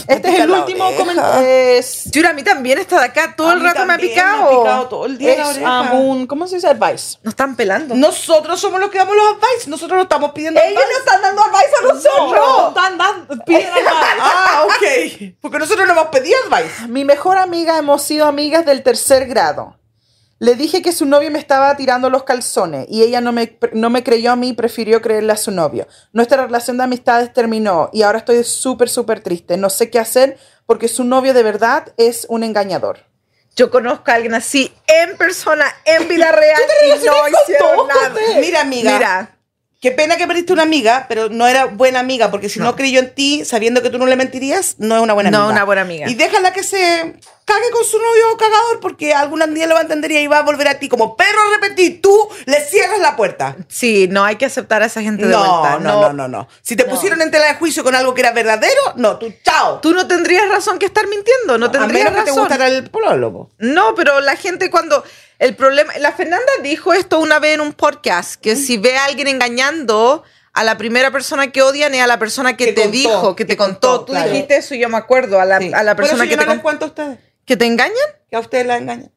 [SPEAKER 2] Este es el
[SPEAKER 3] La
[SPEAKER 2] último
[SPEAKER 3] oreja.
[SPEAKER 2] comentario. Es,
[SPEAKER 1] Yura, a mí también está de acá. Todo
[SPEAKER 3] A
[SPEAKER 1] el
[SPEAKER 3] mí
[SPEAKER 1] rato me ha
[SPEAKER 3] también
[SPEAKER 1] picado.
[SPEAKER 3] Me ha picado todo el día la
[SPEAKER 2] es,
[SPEAKER 3] oreja.
[SPEAKER 2] um, un, ¿cómo se dice? Advice.
[SPEAKER 1] Nos están pelando.
[SPEAKER 3] Nosotros somos los que damos los advice. Nosotros no estamos pidiendo
[SPEAKER 1] Ellos
[SPEAKER 3] advice.
[SPEAKER 1] nos están dando advice a
[SPEAKER 2] No, no
[SPEAKER 1] nosotros.
[SPEAKER 2] están dando- piden advice.
[SPEAKER 3] Ah, ok. Porque nosotros no hemos pedido advice.
[SPEAKER 2] Mi mejor amiga hemos sido amigas del tercer grado. Le dije que su novio me estaba tirando los calzones y ella no me, no me creyó a mí, prefirió creerle a su novio. Nuestra relación de amistades terminó y ahora estoy súper, súper triste. No sé qué hacer porque su novio de verdad es un engañador.
[SPEAKER 1] Yo conozco a alguien así en persona, en vida real. y no hicieron
[SPEAKER 2] todos,
[SPEAKER 1] nada.
[SPEAKER 2] José.
[SPEAKER 3] Mira, amiga.
[SPEAKER 1] Mira,
[SPEAKER 3] Qué pena que perdiste una amiga, pero no era buena amiga, porque si no,
[SPEAKER 1] No.
[SPEAKER 3] creyó en ti, sabiendo que tú no le mentirías, no es una buena
[SPEAKER 1] No,
[SPEAKER 3] amiga.
[SPEAKER 1] una buena amiga.
[SPEAKER 3] Y déjala que se cague con su novio cagador, porque algún día lo va a entender y ahí va a volver a ti como perro arrepentido. y Tú le cierras la puerta.
[SPEAKER 1] sí, no hay que aceptar a esa gente de
[SPEAKER 3] No, no,
[SPEAKER 1] vuelta.
[SPEAKER 3] no, no, no. Si te pusieron en tela de juicio con algo que era verdadero, no, tú chao.
[SPEAKER 1] Tú no tendrías razón que estar mintiendo, no
[SPEAKER 3] a
[SPEAKER 1] tendrías
[SPEAKER 3] menos que te
[SPEAKER 1] razón.
[SPEAKER 3] gustara el polólogo.
[SPEAKER 1] No, pero la gente cuando el problema, la Fernanda dijo esto una vez en un podcast que si ve a alguien engañando a la primera persona que odian es a la persona que,
[SPEAKER 3] Que
[SPEAKER 1] te
[SPEAKER 3] contó,
[SPEAKER 1] dijo, que,
[SPEAKER 3] que
[SPEAKER 1] te contó.
[SPEAKER 3] contó,
[SPEAKER 1] Tú
[SPEAKER 3] claro.
[SPEAKER 1] dijiste eso y yo me acuerdo a la,
[SPEAKER 3] Sí.
[SPEAKER 1] a la
[SPEAKER 3] Por eso
[SPEAKER 1] persona
[SPEAKER 3] yo
[SPEAKER 1] que
[SPEAKER 3] no
[SPEAKER 1] te
[SPEAKER 3] les
[SPEAKER 1] contó.
[SPEAKER 3] cuento a ustedes.
[SPEAKER 1] ¿Que te engañan?
[SPEAKER 3] Que a ustedes la engañan.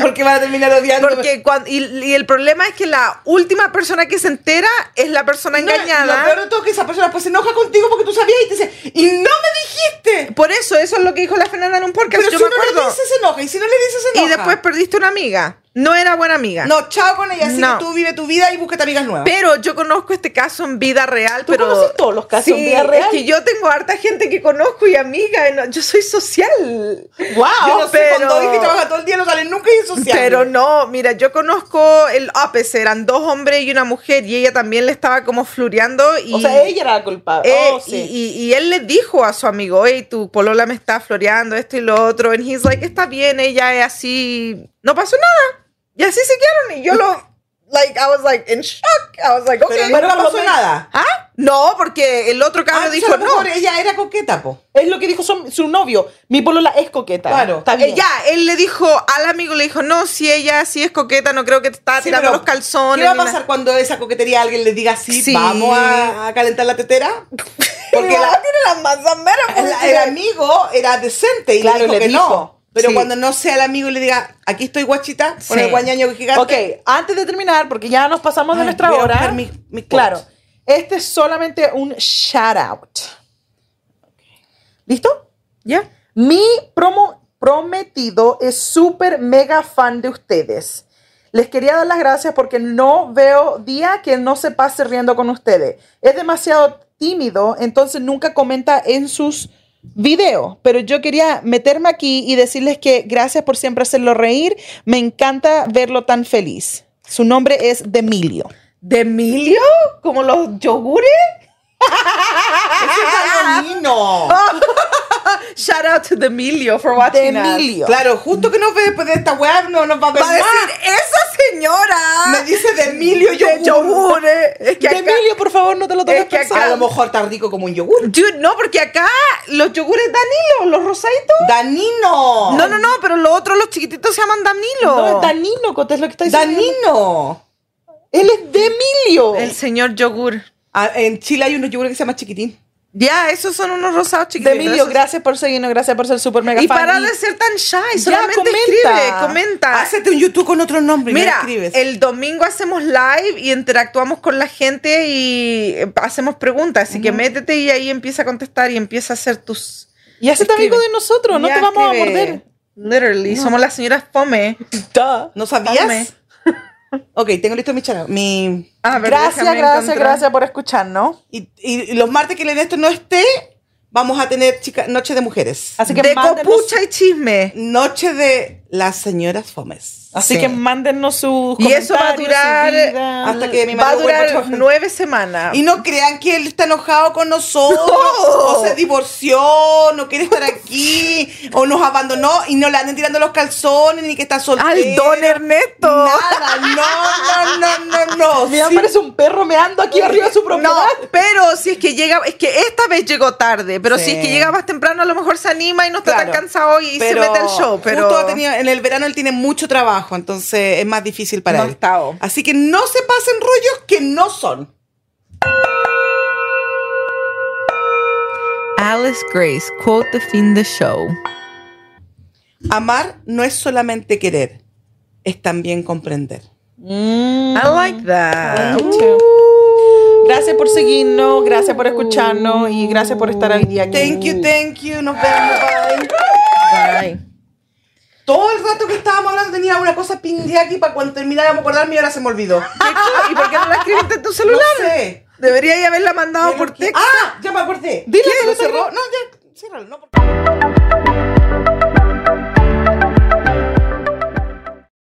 [SPEAKER 3] Porque van a terminar odiando.
[SPEAKER 1] Porque cuando, y, y el problema es que la última persona que se entera es la persona engañada.
[SPEAKER 3] Lo peor de todo es que esa persona después se enoja contigo porque tú sabías y te dice, y no me dijiste.
[SPEAKER 1] Por eso, eso es lo que dijo la Fernanda en un podcast,
[SPEAKER 3] Pero
[SPEAKER 1] yo
[SPEAKER 3] si
[SPEAKER 1] me
[SPEAKER 3] no le
[SPEAKER 1] acuerdo.
[SPEAKER 3] dices, se enoja. Y si no le dices,
[SPEAKER 1] y
[SPEAKER 3] se enoja.
[SPEAKER 1] después perdiste una amiga. No era buena amiga.
[SPEAKER 3] No, chao con ella. Así
[SPEAKER 1] No.
[SPEAKER 3] que tú vive tu vida y búscate amigas nuevas.
[SPEAKER 1] Pero yo conozco este caso en vida real,
[SPEAKER 2] Tú
[SPEAKER 1] pero...
[SPEAKER 2] conoces todos los casos
[SPEAKER 1] Sí,
[SPEAKER 2] en vida real.
[SPEAKER 1] es que yo tengo harta gente que conozco y amiga, y no- yo soy social.
[SPEAKER 2] ¡Wow!
[SPEAKER 3] Yo no sé,
[SPEAKER 1] pero-
[SPEAKER 3] con Doris que trabaja todo el día no sale nunca y es social.
[SPEAKER 1] Pero no, mira, yo conozco el OPES, eran dos hombres y una mujer, y ella también le estaba como floreando y...
[SPEAKER 2] O sea, ella era la culpable.
[SPEAKER 1] eh,
[SPEAKER 2] Oh, sí.
[SPEAKER 1] y, y- y él le dijo a su amigo, hey, tu polola me está floreando, esto y lo otro, and he's like, está bien, ella es así, no pasó nada, y así siguieron, y yo lo, like, I was like, in shock, I was like,
[SPEAKER 3] Pero
[SPEAKER 1] okay,
[SPEAKER 3] nunca
[SPEAKER 2] por lo
[SPEAKER 3] pasó
[SPEAKER 2] menos-
[SPEAKER 3] nada.
[SPEAKER 1] ¿Ah? No, porque el otro
[SPEAKER 3] Ah,
[SPEAKER 1] cabrón
[SPEAKER 3] entonces,
[SPEAKER 1] dijo
[SPEAKER 3] a lo
[SPEAKER 1] no.
[SPEAKER 3] mejor Ella era coqueta, po.
[SPEAKER 2] Es lo que dijo su, su novio. Mi polola es coqueta.
[SPEAKER 3] Claro.
[SPEAKER 2] Está bien.
[SPEAKER 1] Eh, ya, él le dijo al amigo, le dijo, no, si ella sí es coqueta, no creo que te está
[SPEAKER 3] Sí,
[SPEAKER 1] tirando
[SPEAKER 3] pero,
[SPEAKER 1] los calzones.
[SPEAKER 3] ¿Qué va a
[SPEAKER 1] ni nada".
[SPEAKER 3] pasar cuando esa coquetería alguien le diga sí,
[SPEAKER 1] Sí.
[SPEAKER 3] vamos a, a calentar la tetera? Porque
[SPEAKER 1] Mi mamá
[SPEAKER 3] la- pues,
[SPEAKER 1] tiene las manzameras.
[SPEAKER 3] el, el amigo era decente y
[SPEAKER 2] Claro,
[SPEAKER 3] le dijo
[SPEAKER 2] le
[SPEAKER 3] que
[SPEAKER 2] dijo.
[SPEAKER 3] no. Pero
[SPEAKER 2] Sí.
[SPEAKER 3] cuando no sea el amigo y le diga, aquí estoy guachita, con
[SPEAKER 1] Sí.
[SPEAKER 3] el guañaño gigante.
[SPEAKER 2] Ok, antes de terminar, porque ya nos pasamos de
[SPEAKER 3] Ay,
[SPEAKER 2] nuestra
[SPEAKER 3] voy a
[SPEAKER 2] hora.
[SPEAKER 3] buscar mi- mi
[SPEAKER 2] claro.
[SPEAKER 3] quote.
[SPEAKER 2] Este es solamente un shout out. ¿Listo?
[SPEAKER 1] Ya.
[SPEAKER 2] Mi promo prometido es súper mega fan de ustedes. Les quería dar las gracias porque no veo día que no se pase riendo con ustedes. Es demasiado tímido, entonces nunca comenta en sus videos. Pero yo quería meterme aquí y decirles que gracias por siempre hacerlo reír. Me encanta verlo tan feliz. Su nombre es Demilio.
[SPEAKER 1] ¿De Emilio? ¿Como los yogures?
[SPEAKER 3] Eso
[SPEAKER 1] Ah,
[SPEAKER 3] es algo nino.
[SPEAKER 1] Shout out to the Emilio for watching us. Pues
[SPEAKER 2] Demilio.
[SPEAKER 3] Claro, justo que nos ve después de esta web, no nos va a ver
[SPEAKER 1] Va a
[SPEAKER 3] más.
[SPEAKER 1] decir, esa señora.
[SPEAKER 3] Me dice de Emilio
[SPEAKER 1] De
[SPEAKER 3] yogur.
[SPEAKER 1] yogures. eh, Es que acá-
[SPEAKER 2] Demilio, por favor, no te lo tomes
[SPEAKER 1] Es que acá-
[SPEAKER 2] personal.
[SPEAKER 3] A lo mejor está rico como un yogur.
[SPEAKER 1] Dude, no, porque acá los yogures Danilo, los rosaditos.
[SPEAKER 3] Danino.
[SPEAKER 1] No, no, no, pero los otros, los chiquititos se llaman Danilo.
[SPEAKER 2] No, es Danilo, Cote, es lo que está diciendo.
[SPEAKER 3] Danino.
[SPEAKER 2] Él es de Emilio.
[SPEAKER 1] El señor yogur.
[SPEAKER 3] Ah, en Chile hay unos yogures que se llama chiquitín.
[SPEAKER 1] Ya, esos son unos rosados
[SPEAKER 2] De
[SPEAKER 1] chiquititos.
[SPEAKER 2] Emilio,
[SPEAKER 1] esos-
[SPEAKER 2] gracias por seguirnos, gracias por ser súper mega
[SPEAKER 1] Y
[SPEAKER 2] fan.
[SPEAKER 1] para de ser tan shy,
[SPEAKER 2] Ya,
[SPEAKER 1] solamente
[SPEAKER 2] comenta.
[SPEAKER 1] escribe, comenta.
[SPEAKER 3] Hácete un YouTube con otro nombre. y me
[SPEAKER 1] Mira,
[SPEAKER 3] escribes.
[SPEAKER 1] el domingo hacemos live y interactuamos con la gente y eh, hacemos preguntas. Así que métete y ahí empieza a contestar y empieza a hacer tus.
[SPEAKER 2] Y hacete
[SPEAKER 1] Escribe.
[SPEAKER 2] amigo de nosotros, no
[SPEAKER 1] Ya,
[SPEAKER 2] te vamos a
[SPEAKER 1] escribe.
[SPEAKER 2] morder.
[SPEAKER 1] Literally, somos las señoras Fome.
[SPEAKER 2] Duh.
[SPEAKER 3] ¿No sabías?
[SPEAKER 1] Dame.
[SPEAKER 3] ok, tengo listo mi chara. Mi...
[SPEAKER 1] Ah, pero
[SPEAKER 2] gracias,
[SPEAKER 1] déjame
[SPEAKER 2] gracias,
[SPEAKER 1] encontrar.
[SPEAKER 2] gracias por escucharnos.
[SPEAKER 3] Y, y los martes que el Ernesto no esté, vamos a tener chica... Noche de Mujeres.
[SPEAKER 2] Así que
[SPEAKER 1] de
[SPEAKER 2] mándenos-
[SPEAKER 1] copucha y chisme.
[SPEAKER 3] Noche de las señoras Fomes.
[SPEAKER 2] Así
[SPEAKER 1] Sí.
[SPEAKER 2] que mándennos sus
[SPEAKER 1] Y eso va a
[SPEAKER 2] comentarios,
[SPEAKER 1] durar,
[SPEAKER 2] su vida.
[SPEAKER 3] hasta que mi
[SPEAKER 1] Va a
[SPEAKER 3] marido vuelva a
[SPEAKER 1] durar
[SPEAKER 3] trabajar.
[SPEAKER 1] nueve semanas.
[SPEAKER 3] Y no crean que él está enojado con nosotros, o se divorció, no quiere estar aquí, o nos abandonó y no le anden tirando los calzones, ni que está soltero.
[SPEAKER 1] Al don Ernesto.
[SPEAKER 3] Nada, no, no, no, no, no.
[SPEAKER 2] Mira,
[SPEAKER 3] Sí.
[SPEAKER 2] parece un perro meando aquí arriba de su propiedad.
[SPEAKER 1] No, pero si es que llega, es que esta vez llegó tarde, pero
[SPEAKER 3] Sí.
[SPEAKER 1] si es que llega más temprano, a lo mejor se anima y no está
[SPEAKER 3] Claro.
[SPEAKER 1] tan cansado y se
[SPEAKER 3] Pero
[SPEAKER 1] mete al show. Pero
[SPEAKER 3] Justo ha tenido- en el verano él tiene mucho trabajo, entonces es más difícil para
[SPEAKER 2] No
[SPEAKER 3] él.
[SPEAKER 1] oh.
[SPEAKER 2] estado.
[SPEAKER 3] Así que no se pasen rollos que no son.
[SPEAKER 1] Alice Grace, quote the fin the show.
[SPEAKER 3] Amar no es solamente querer, es también comprender.
[SPEAKER 2] Mm.
[SPEAKER 1] I like that.
[SPEAKER 2] Gracias por seguirnos, gracias por escucharnos y gracias por estar hoy día aquí.
[SPEAKER 3] Thank you, thank you, nos vemos. bye.
[SPEAKER 1] Bye.
[SPEAKER 3] Todo el rato que estábamos hablando tenía una cosa pingue aquí para cuando termináramos acordarme y ahora se me olvidó.
[SPEAKER 1] ¿Y por qué no la escribiste en tu
[SPEAKER 3] No
[SPEAKER 1] celular?
[SPEAKER 3] sé.
[SPEAKER 1] Debería haberla mandado por texto.
[SPEAKER 3] Ah, ya me acordé.
[SPEAKER 2] Dile,
[SPEAKER 3] ¿Qué?
[SPEAKER 2] dile,
[SPEAKER 3] ¿Lo
[SPEAKER 2] dile.
[SPEAKER 3] cerró? No, ya, ciérralo. No, por-